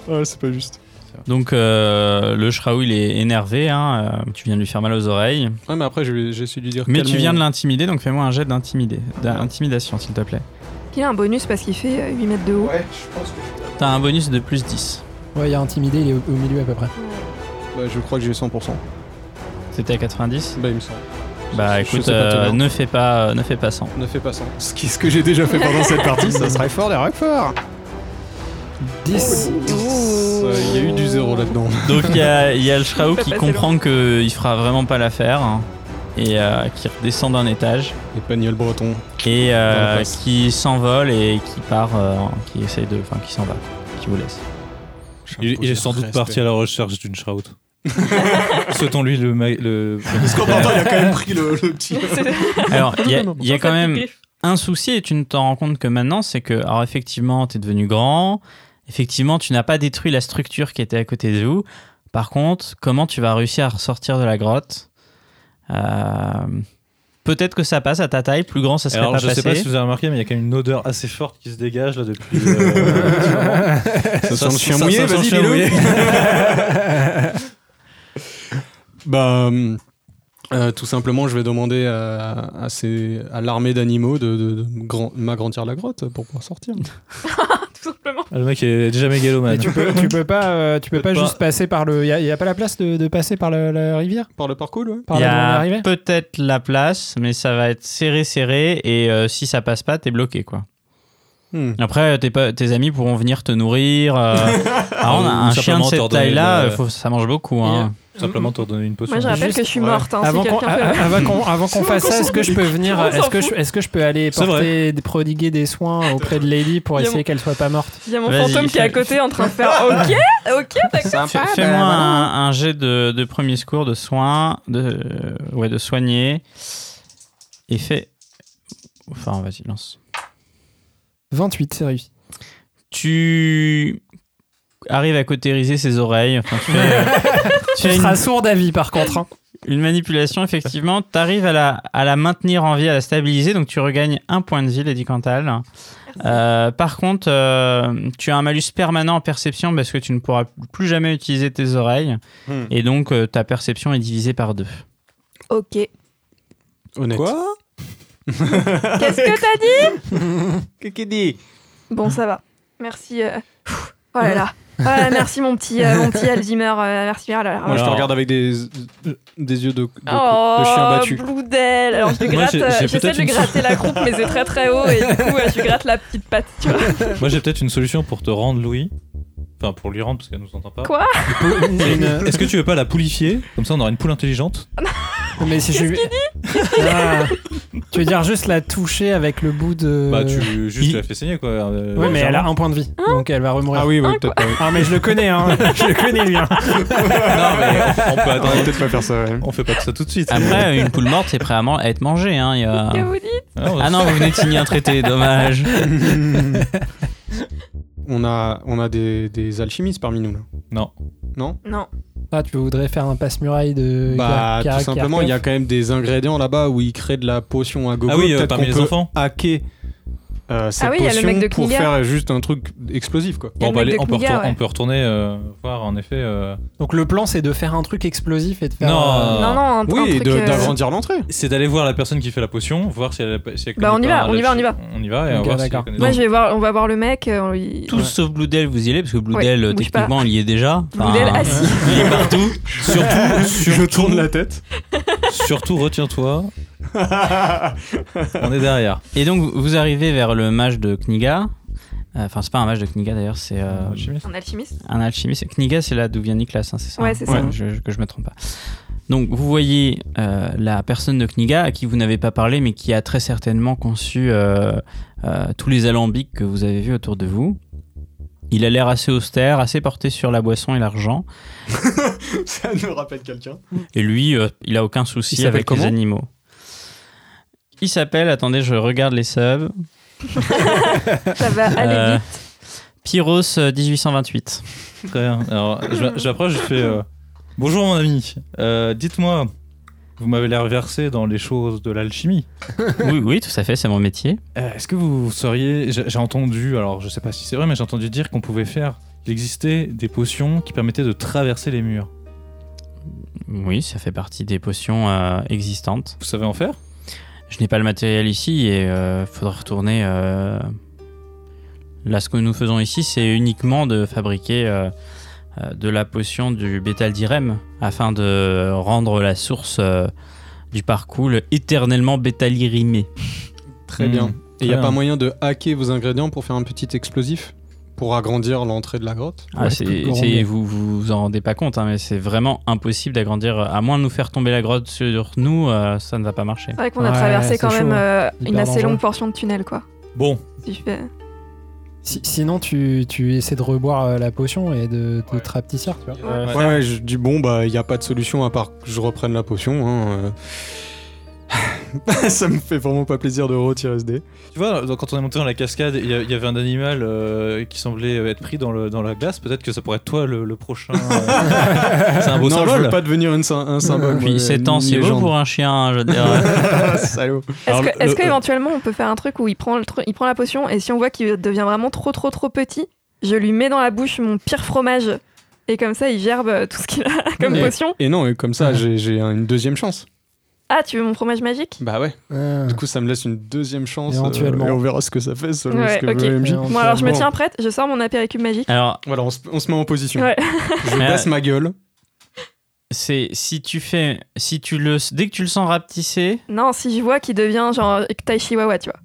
S5: Ah, c'est pas juste.
S2: Donc, euh, le Shraou, il est énervé, hein, euh, tu viens de lui faire mal aux oreilles,
S5: Ouais, mais après, je vais- j'ai su lui dire.
S2: mais
S5: calmons-
S2: tu viens de l'intimider, donc fais-moi un jet d'intimider,
S5: Ah.
S2: d'intimidation, s'il te plaît.
S4: <laughs> Il a un bonus parce qu'il fait euh, 8 mètres de haut.
S2: T'as un bonus de plus 10.
S6: Ouais, il y a intimidé, il est au, au milieu à peu près.
S5: Bah, je crois que j'ai 100%.
S2: C'était à 90
S5: Bah, il me semble.
S2: Bah
S5: Je sais
S2: écoute,
S5: pas
S2: euh,
S5: tenir.
S2: ne fais pas, ne fais pas 100.
S5: Ne fais pas 100. Ce, qui- ce que j'ai déjà fait pendant cette partie, ça serait fort les fort.
S6: 10
S5: Euh, Il y a eu du zéro là-dedans.
S2: Donc il y, a- il y a le Shraou
S4: Faut pas
S2: qui
S4: passer
S2: comprend qu'il fera vraiment pas l'affaire hein, et euh, qui redescend d'un étage
S5: Les pagnoles bretons.
S2: et
S5: Dans la
S2: euh,
S5: place.
S2: qui s'envole et qui part, euh, qui essaye de, enfin qui s'en va, qui vous laisse.
S3: Il, il est sans doute parti à la recherche d'une
S4: <laughs>
S3: Shroud. Souhaitons-lui le, ma- le.
S5: Parce qu'en partant, il a quand même pris le, le <laughs> petit.
S2: Alors il y a, il y a
S4: Sans
S2: quand
S4: cette
S2: même
S4: griffe.
S2: un souci et tu ne t'en rends compte que maintenant, c'est que alors effectivement t'es devenu grand, effectivement tu n'as pas détruit la structure qui était à côté de vous. Par contre, comment tu vas réussir à ressortir de la grotte Euh, Peut-être que ça passe à ta taille, plus grand ça serait
S3: Alors,
S2: pas
S3: je
S2: passé.
S3: sais pas si vous avez remarqué, mais il y a quand même une odeur assez forte qui se dégage là depuis.
S4: <laughs>
S3: euh,
S5: Ça sent le chien
S3: ça-
S5: mouillé,
S3: ça sent le
S5: vas-y,
S3: chien
S5: dis-le.
S3: mouillé.
S5: Bah, hum, euh, tout simplement, je vais demander à, à ces- à l'armée d'animaux de, de- de grand- m'agrandir la grotte pour pouvoir sortir.
S4: Tout simplement.
S3: Ah, Le mec est déjà mégalomane.
S6: Mais tu peux, tu peux pas, euh, tu peux pas
S3: Pas-
S6: juste passer par le. Il y, a pas la place de, de passer par la, la rivière,
S5: Par le parcours, ouais.
S6: par
S2: Il y
S6: là où on est
S2: a
S6: arrivé.
S2: peut-être la place, mais ça va être serré, serré. Et euh, si ça passe pas, t'es bloqué, quoi.
S5: Hmm.
S2: Après, tes, pa- tes amis pourront venir te nourrir.
S3: <laughs>
S2: euh, alors, on a
S3: Ou
S2: un chien de
S3: simplement
S2: cette
S3: t'ordonner
S2: taille-là,
S3: de-
S2: euh, faut- ça mange beaucoup. Hein.
S3: Simplement te redonner une potion.
S4: Moi, je rappelle
S6: Juste,
S4: que je suis
S5: ouais.
S4: morte, hein, si
S6: Avant qu'on
S4: quelqu'un peut-
S6: <laughs> a- avant qu'on- avant qu'on fasse ça, est-ce que je peux venir,
S4: On s'en
S6: est-ce que je,
S4: fout.
S6: est-ce que je peux aller
S3: C'est vrai.
S6: porter, des- prodiguer des soins auprès de Lady pour
S4: Il y a
S6: essayer
S4: mon-
S6: qu'elle soit pas morte
S4: Il y a mon
S2: Vas-y,
S4: fantôme qui est à
S2: fais-
S4: côté en train de faire Ok, ok, d'accord.
S3: Ah,
S2: Fais- Fais-moi
S3: bah,
S2: un, un jet de, de premier secours, de soins, de, euh, ouais, de soigner. Et fais. Enfin, vas-y, lance.
S6: 28, c'est réussi.
S2: Tu arrives à cautériser ses oreilles. Enfin, tu fais, euh, tu
S6: Tu
S2: fais
S6: seras
S2: une-
S6: sourd d'avis par contre. hein.
S2: Une manipulation, effectivement. Tu arrives à la, à la maintenir en vie, à la stabiliser, donc tu regagnes un point de vie, Lady Cantal. Euh, par contre, euh, tu as un malus permanent en perception parce que tu ne pourras plus jamais utiliser tes oreilles.
S5: Hmm.
S2: Et donc, euh, ta perception est divisée par deux.
S4: Ok.
S5: Honnête. Quoi
S4: Qu'est-ce que t'as dit
S5: Qu'est-ce dit
S4: Bon, ça va. Merci. euh, pfff, Oh là là. Voilà, merci mon petit, euh, mon petit Alzheimer. euh, merci. Oh là là.
S5: Moi, je te
S3: Alors-
S5: regarde avec des, des yeux de, de-
S4: Oh,
S5: de chien battu.
S4: Bloudel. Alors, je lui
S3: Moi,
S4: gratte,
S3: j'ai- j'ai
S4: euh,
S3: peut-être
S4: j'essaie de lui
S3: une-
S4: gratter la croupe, mais c'est très très haut, et du coup, euh, je lui gratte la petite patte, tu vois.
S3: Moi, j'ai peut-être une solution pour te rendre Louis. Enfin, pour lui rendre, parce qu'elle nous entend pas.
S4: Quoi
S3: Et une- Est-ce que tu veux pas la poulifier Comme ça, on aura une poule intelligente.
S6: Mais si je Ah. Tu veux dire juste la toucher avec le bout de.
S3: Bah, tu juste
S6: il-
S3: la fais saigner, quoi. euh,
S6: Ouais, mais elle a
S3: légèrement.
S6: un point de vie,
S4: Hein
S6: donc elle va remourir.
S5: Ah oui, ouais, peut-être pas.
S6: Ah, mais je le connais, <laughs> hein. je le connais lui. hein.
S3: Non, mais on peut
S5: On va
S3: attendre.
S5: peut-être pas faire <laughs> ça, ouais.
S3: On fait pas tout ça tout de suite.
S2: Après, une poule morte, c'est prêt à man- à être mangée. hein, il y a-
S4: Que vous dites
S3: Ah, on-
S2: Ah non, vous venez de signer un
S3: <laughs>
S2: traité, dommage.
S5: on a, on a des, des alchimistes parmi nous, là.
S3: Non.
S5: Non
S4: Non.
S6: Ah, tu voudrais faire un passe-muraille
S4: Euh,
S6: de.
S5: Bah,
S6: Gar- Gar-
S5: tout simplement, il y a
S6: Garkov
S5: quand même des ingrédients là-bas où ils créent de la potion à gogo.
S3: Ah oui, euh,
S5: peut-être
S3: parmi
S5: qu'on
S3: les
S5: peut
S3: enfants.
S5: hacker euh, cette
S4: Ah oui, il y a le
S5: potion
S4: mec de
S5: pour
S4: Kniga.
S5: faire juste un truc explosif, quoi.
S4: y a
S3: Bon,
S4: le
S3: bah,
S4: mec
S3: allez,
S4: de
S3: on, peut
S4: Kniga,
S3: retour-
S4: ouais.
S3: on peut retourner euh, voir en effet. euh,
S6: Donc, le plan, c'est de faire un truc explosif et de faire.
S3: Non.
S6: euh,
S4: Non, non, un, un
S5: Oui, et
S4: truc.
S5: de-
S4: euh,
S5: d'agrandir l'entrée.
S3: C'est d'aller voir la personne qui fait la potion, voir si elle a. Si elle
S4: Bah,
S3: connaît
S4: on y
S3: pas
S4: va,
S3: un
S4: on y va, on y
S3: lâche-
S4: va.
S3: On y va et on
S6: Ok,
S3: va voir si
S6: d'accord.
S3: elle connaît
S4: ouais,
S3: des-
S4: je vais voir, on va voir le mec. euh, on lui-
S2: Tous sauf Bloodel, vous y allez, parce que Bloodel,
S4: Ouais,
S2: euh,
S4: bouge pas.
S2: techniquement, il y est déjà. Enfin,
S4: Bloodel assis.
S2: Il est partout. surtout,
S5: Je tourne la tête.
S3: Surtout, retiens-toi. on est <laughs> derrière.
S2: Et donc, vous arrivez vers le mage de Kniga. Euh, Enfin, c'est pas un mage de Kniga d'ailleurs, c'est euh,
S3: Alchimiste.
S4: Un alchimiste.
S2: un alchimiste. Kniga, c'est là d'où vient Niklas, hein, c'est ça
S4: Ouais,
S2: hein
S4: c'est ça.
S2: Je- que je me trompe pas. Donc, vous voyez euh, la personne de Kniga à qui vous n'avez pas parlé, mais qui a très certainement conçu euh, euh, tous les alambics que vous avez vus autour de vous. Il a l'air assez austère, assez porté sur la boisson et l'argent.
S5: <laughs> Ça nous rappelle quelqu'un.
S2: Et lui, euh, il a aucun souci
S5: Il s'appelle
S2: avec les
S5: comment
S2: animaux. Il s'appelle, attendez, je regarde les subs.
S4: Ça va aller
S2: Euh,
S4: vite.
S2: Pyros euh, 1828.
S3: Très bien. Euh, Alors, je- j'approche, je fais euh, Bonjour, mon ami. Euh, Dites-moi, vous m'avez l'air versé dans les choses de l'alchimie.
S2: <laughs> oui, oui, tout à fait, c'est mon métier.
S3: Euh, Est-ce que vous seriez. J'ai j'ai entendu, alors je sais pas si c'est vrai, mais j'ai entendu dire qu'on pouvait faire. Il existait des potions qui permettaient de traverser les murs.
S2: Oui, ça fait partie des potions euh, existantes.
S3: Vous savez en faire
S2: Je n'ai pas le matériel ici et euh, faudra retourner. euh, Là, ce que nous faisons ici, c'est uniquement de fabriquer euh, euh, de la potion du bétaldirem afin de rendre la source euh, du parcours éternellement bétalirimée.
S5: Très
S3: Hmm.
S5: bien. Mm. Et il n'y
S3: Très
S5: a pas
S3: bien.
S5: moyen de hacker vos ingrédients pour faire un petit explosif Pour agrandir l'entrée de la grotte
S2: Ah,
S6: Ouais,
S2: c'est-
S6: plus grand,
S2: c'est-
S6: mais-
S2: vous vous vous en rendez pas compte, hein, mais c'est vraiment impossible d'agrandir. À moins de nous faire tomber la grotte sur nous, euh, ça ne va pas marcher.
S4: C'est vrai qu'on a
S6: Ouais,
S4: traversé
S6: c'est
S4: quand même
S6: chaud.
S4: euh, une
S6: Hyper
S4: assez
S6: dangereux.
S4: longue portion de tunnel, quoi.
S3: Bon,
S4: Si je fais-
S6: Si- sinon, tu, tu essaies de reboire euh, la potion et de, de te rapetissir, tu vois.
S2: Euh,
S5: Ouais, ouais, je dis bon, bah, il n'y a pas de solution à part que je reprenne la potion. hein, euh. <laughs> ça me fait vraiment pas plaisir de retirer ce dé.
S3: Tu vois, donc, quand on est monté dans la cascade, il y, a- il y avait un animal euh, qui semblait être pris dans, le, dans la glace. Peut-être que ça pourrait être toi le, le prochain.
S5: <laughs>
S3: euh, C'est un beau
S5: non, je
S3: symbole.
S5: veux pas devenir une sy- un symbole.
S2: Puis
S5: moi,
S2: 7
S5: une
S2: ans, c'est beau
S5: légende.
S2: pour un chien, hein, je veux dire.
S5: <laughs> Salaud.
S4: Est-ce
S3: Alors,
S4: que,
S3: le-
S4: est-ce
S3: le-
S4: que éventuellement on peut faire un truc où il prend, le tru- il prend la potion et si on voit qu'il devient vraiment trop trop trop petit, je lui mets dans la bouche mon pire fromage et comme ça il gerbe euh, tout ce qu'il a <laughs> comme
S5: Mais-
S4: potion.
S5: Et non, et comme ça, j'ai j'ai un- une deuxième chance.
S4: Ah, tu veux mon fromage magique
S5: Bah ouais.
S6: Ah.
S5: Du coup, ça me laisse une deuxième chance. euh,
S6: Éventuellement.
S5: et on verra ce que ça fait selon
S4: Ouais,
S5: ce que
S4: ok.
S5: veut le MJ.
S6: Euh,
S4: Bon, alors je me
S5: Bon.
S4: tiens prête, je sors mon apéricube magique.
S2: Alors,
S5: Voilà, on se, on se met en position.
S4: Ouais.
S5: Je baisse ma gueule.
S2: c'est si tu fais, si tu le, dès que tu le sens rapetisser,
S4: Non, si je vois qu'il devient genre taille chihuahua, tu vois.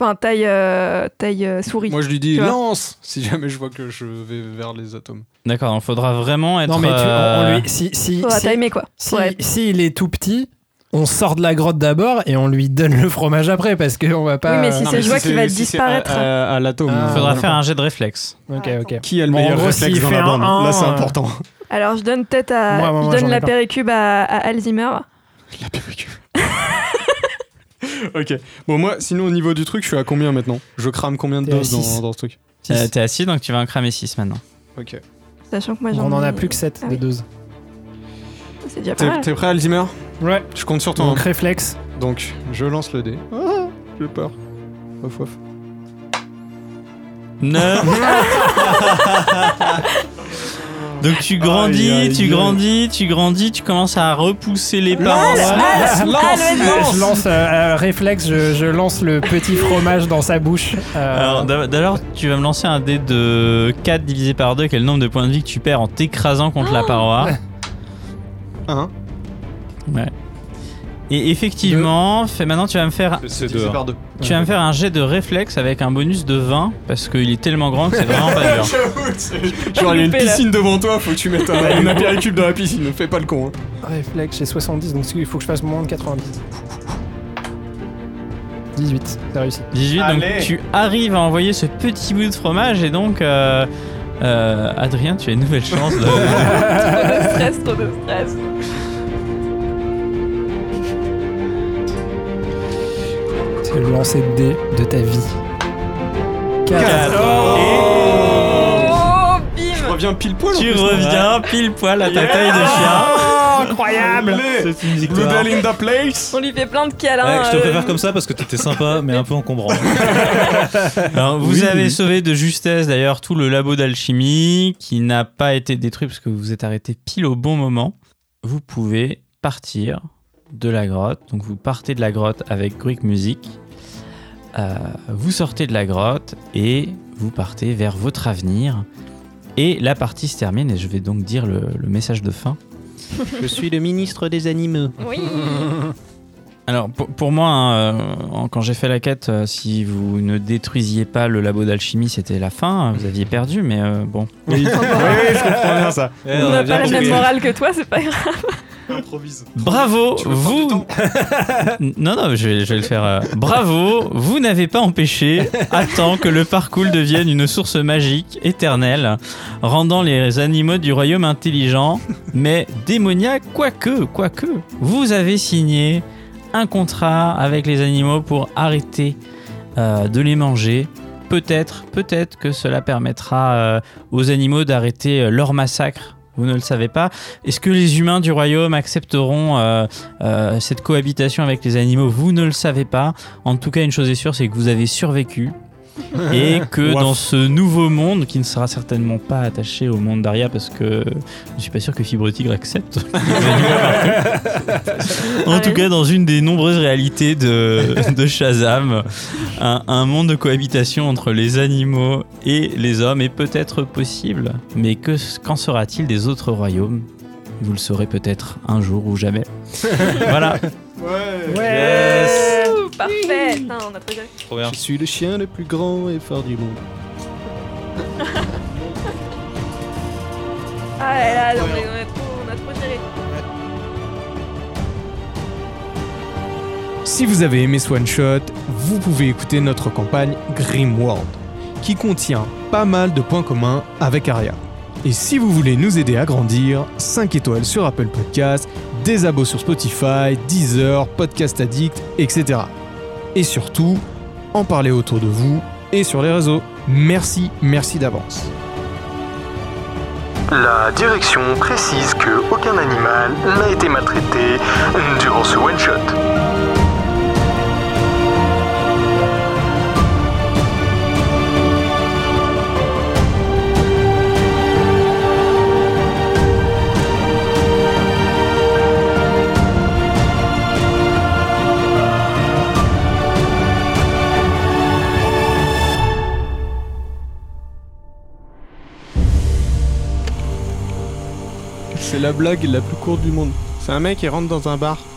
S4: Enfin, taille, euh, taille euh, souris.
S5: Moi, je lui dis
S4: Tu vois.
S5: lance si jamais je vois que je vais vers les atomes.
S2: d'accord, il faudra vraiment être.
S6: Non, mais tu, on-
S2: euh,
S6: on lui. Si, si,
S4: Faudra
S6: si-
S4: timer quoi.
S6: si-
S4: Ouais.
S6: si il est tout petit, on sort de la grotte d'abord et on lui donne le fromage après parce qu'on va pas. euh,
S4: Oui, mais si
S5: Non,
S4: c'est-
S5: mais
S4: je vois qu'il va
S5: c'est- si c'est à-
S4: disparaître.
S5: À, à l'atome.
S6: Ah.
S2: faudra
S6: on-
S2: faire un jet de réflexe.
S6: Ok,
S4: Ah,
S6: ok.
S5: Qui a le
S6: Bon, en
S5: meilleur
S6: gros,
S5: réflexe
S6: s'il
S5: dans
S6: fait
S5: la
S6: un
S5: bande
S6: un,
S5: Là, c'est
S6: euh,
S5: important.
S4: Alors je donne tête à,
S6: Moi, moi, moi,
S4: je
S6: j'en
S4: donne
S6: ai
S4: la
S6: pas.
S4: péricube à, à Alzheimer.
S5: La perruque. <laughs> ok. Bon, moi, sinon, au niveau du truc, je suis à combien maintenant Je crame combien de
S6: T'es à
S5: doses dans,
S6: six.
S5: dans ce truc
S6: Six.
S2: Euh, T'es assis, donc tu vas en cramer 6 maintenant.
S5: Ok.
S4: Sachant que moi j'en
S6: on en a
S4: ai-
S6: plus que 7
S4: Ah
S6: de
S4: oui.
S6: doses.
S4: C'est déjà pas
S5: T'es
S4: mal.
S5: t'es prêt, Alzheimer
S6: Ouais.
S5: Je compte sur toi.
S6: Donc
S5: hein.
S6: réflexe.
S5: Donc, je lance le dé. Ah, J'ai peur. Ouf, ouf.
S2: 9 <laughs> Donc tu grandis,
S5: Aïe, aïe,
S2: tu
S5: aïe.
S2: grandis, tu grandis, tu commences à repousser les
S6: Ah,
S2: pas.
S6: là, <laughs>
S4: Ah,
S6: là,
S4: ah, le lance.
S6: Je lance euh, euh, réflexe, je, je lance le petit fromage dans sa bouche. euh,
S2: Alors d'ab- d'abord, tu vas me lancer un dé de 4 divisé par 2, qui est le nombre de points de vie que tu perds en t'écrasant contre la <laughs> paroi.
S5: Un.
S2: Ouais. Et effectivement, fais- maintenant tu vas me faire
S3: C'est
S5: divisé
S3: dehors.
S5: par
S2: <laughs>
S5: deux.
S2: Tu vas me faire un jet de réflexe avec un bonus de 20 parce qu'il est tellement grand que c'est vraiment pas <laughs> dur.
S5: Genre, il y a une
S4: Loupé, là.
S5: piscine devant toi, faut que tu mettes un, une apéricube dans la piscine. Ne fais pas le con. hein.
S6: Réflexe, j'ai 70, donc il faut que je fasse moins de 90. 18, c'est réussi.
S2: 18, donc
S5: Allez.
S2: tu arrives à envoyer ce petit bout de fromage et donc euh, euh, Adrien, tu as une nouvelle chance. <laughs> de-
S4: Trop de stress, trop de stress.
S6: C'est le lancer de dés de ta vie. 4.
S2: Et-
S4: Oh,
S5: Je
S4: bim
S5: reviens pile poil. en
S2: Tu
S5: plus.
S2: reviens pile poil à ta taille de chien.
S5: Ah, incroyable.
S2: C'est une
S5: Blue
S2: victoire.
S5: Bell in the place.
S4: On lui fait plein de câlins.
S3: Ouais, Eh, je te
S4: euh,
S3: préfère comme ça parce que t'étais sympa mais un peu encombrant.
S2: Alors, vous
S3: Oui,
S2: avez
S3: oui.
S2: sauvé de justesse d'ailleurs tout le labo d'alchimie qui n'a pas été détruit parce que vous vous êtes arrêté pile au bon moment. Vous pouvez partir de la grotte. Donc vous partez de la grotte avec Greek Music. Euh, vous sortez de la grotte et vous partez vers votre avenir. Et la partie se termine et je vais donc dire le- le message de fin.
S8: Je suis le ministre des animaux.
S4: Oui.
S2: Alors pour, pour moi, hein, euh, en- quand j'ai fait la quête, euh, si vous ne détruisiez pas le labo d'alchimie, c'était la fin, hein, vous aviez perdu, mais euh, bon.
S3: Eh,
S4: On
S3: a bien
S4: n'a pas la
S3: compris.
S4: même morale que toi, c'est pas grave.
S2: Bravo, vous... <laughs> non, non, je vais, je vais le faire. euh, Bravo, vous n'avez pas empêché à temps que le parcours devienne une source magique éternelle, rendant les animaux du royaume intelligents, mais démoniaques, quoique, quoique. Vous avez signé un contrat avec les animaux pour arrêter euh, de les manger. Peut-être, peut-être que cela permettra euh, aux animaux d'arrêter euh, leur massacre. Vous ne le savez pas. Est-ce que les humains du royaume accepteront euh, euh, cette cohabitation avec les animaux Vous ne le savez pas. En tout cas, une chose est sûre, c'est que vous avez survécu. Et que
S5: Ouaf.
S2: dans ce nouveau monde, qui ne sera certainement pas attaché au monde d'Aria, parce que je suis pas sûr que Fibre Tigre accepte. en tout cas, dans une des nombreuses réalités de, de Shazam, un, un monde de cohabitation entre les animaux et les hommes est peut-être possible. Mais que qu'en sera-t-il des autres royaumes Vous le saurez peut-être un jour ou jamais. voilà.
S6: Euh,
S4: Ouh, Parfait. Putain, on a trop galéré.
S3: Trop bien.
S8: Je suis le chien le plus grand et fort du monde.
S4: Ah là là, on est- on a trop- on a trop géré.
S5: Si vous avez aimé Swan Shot, vous pouvez écouter notre campagne Grimworld, qui contient pas mal de points communs avec Aria. Et si vous voulez nous aider à grandir, 5 étoiles sur Apple Podcasts, des abos sur Spotify, Deezer, Podcast Addict, etc. Et surtout, en parler autour de vous et sur les réseaux. Merci, merci d'avance.
S7: La direction précise que aucun animal n'a été maltraité durant ce one-shot.
S5: C'est la blague la plus courte du monde. C'est un mec qui rentre dans un bar.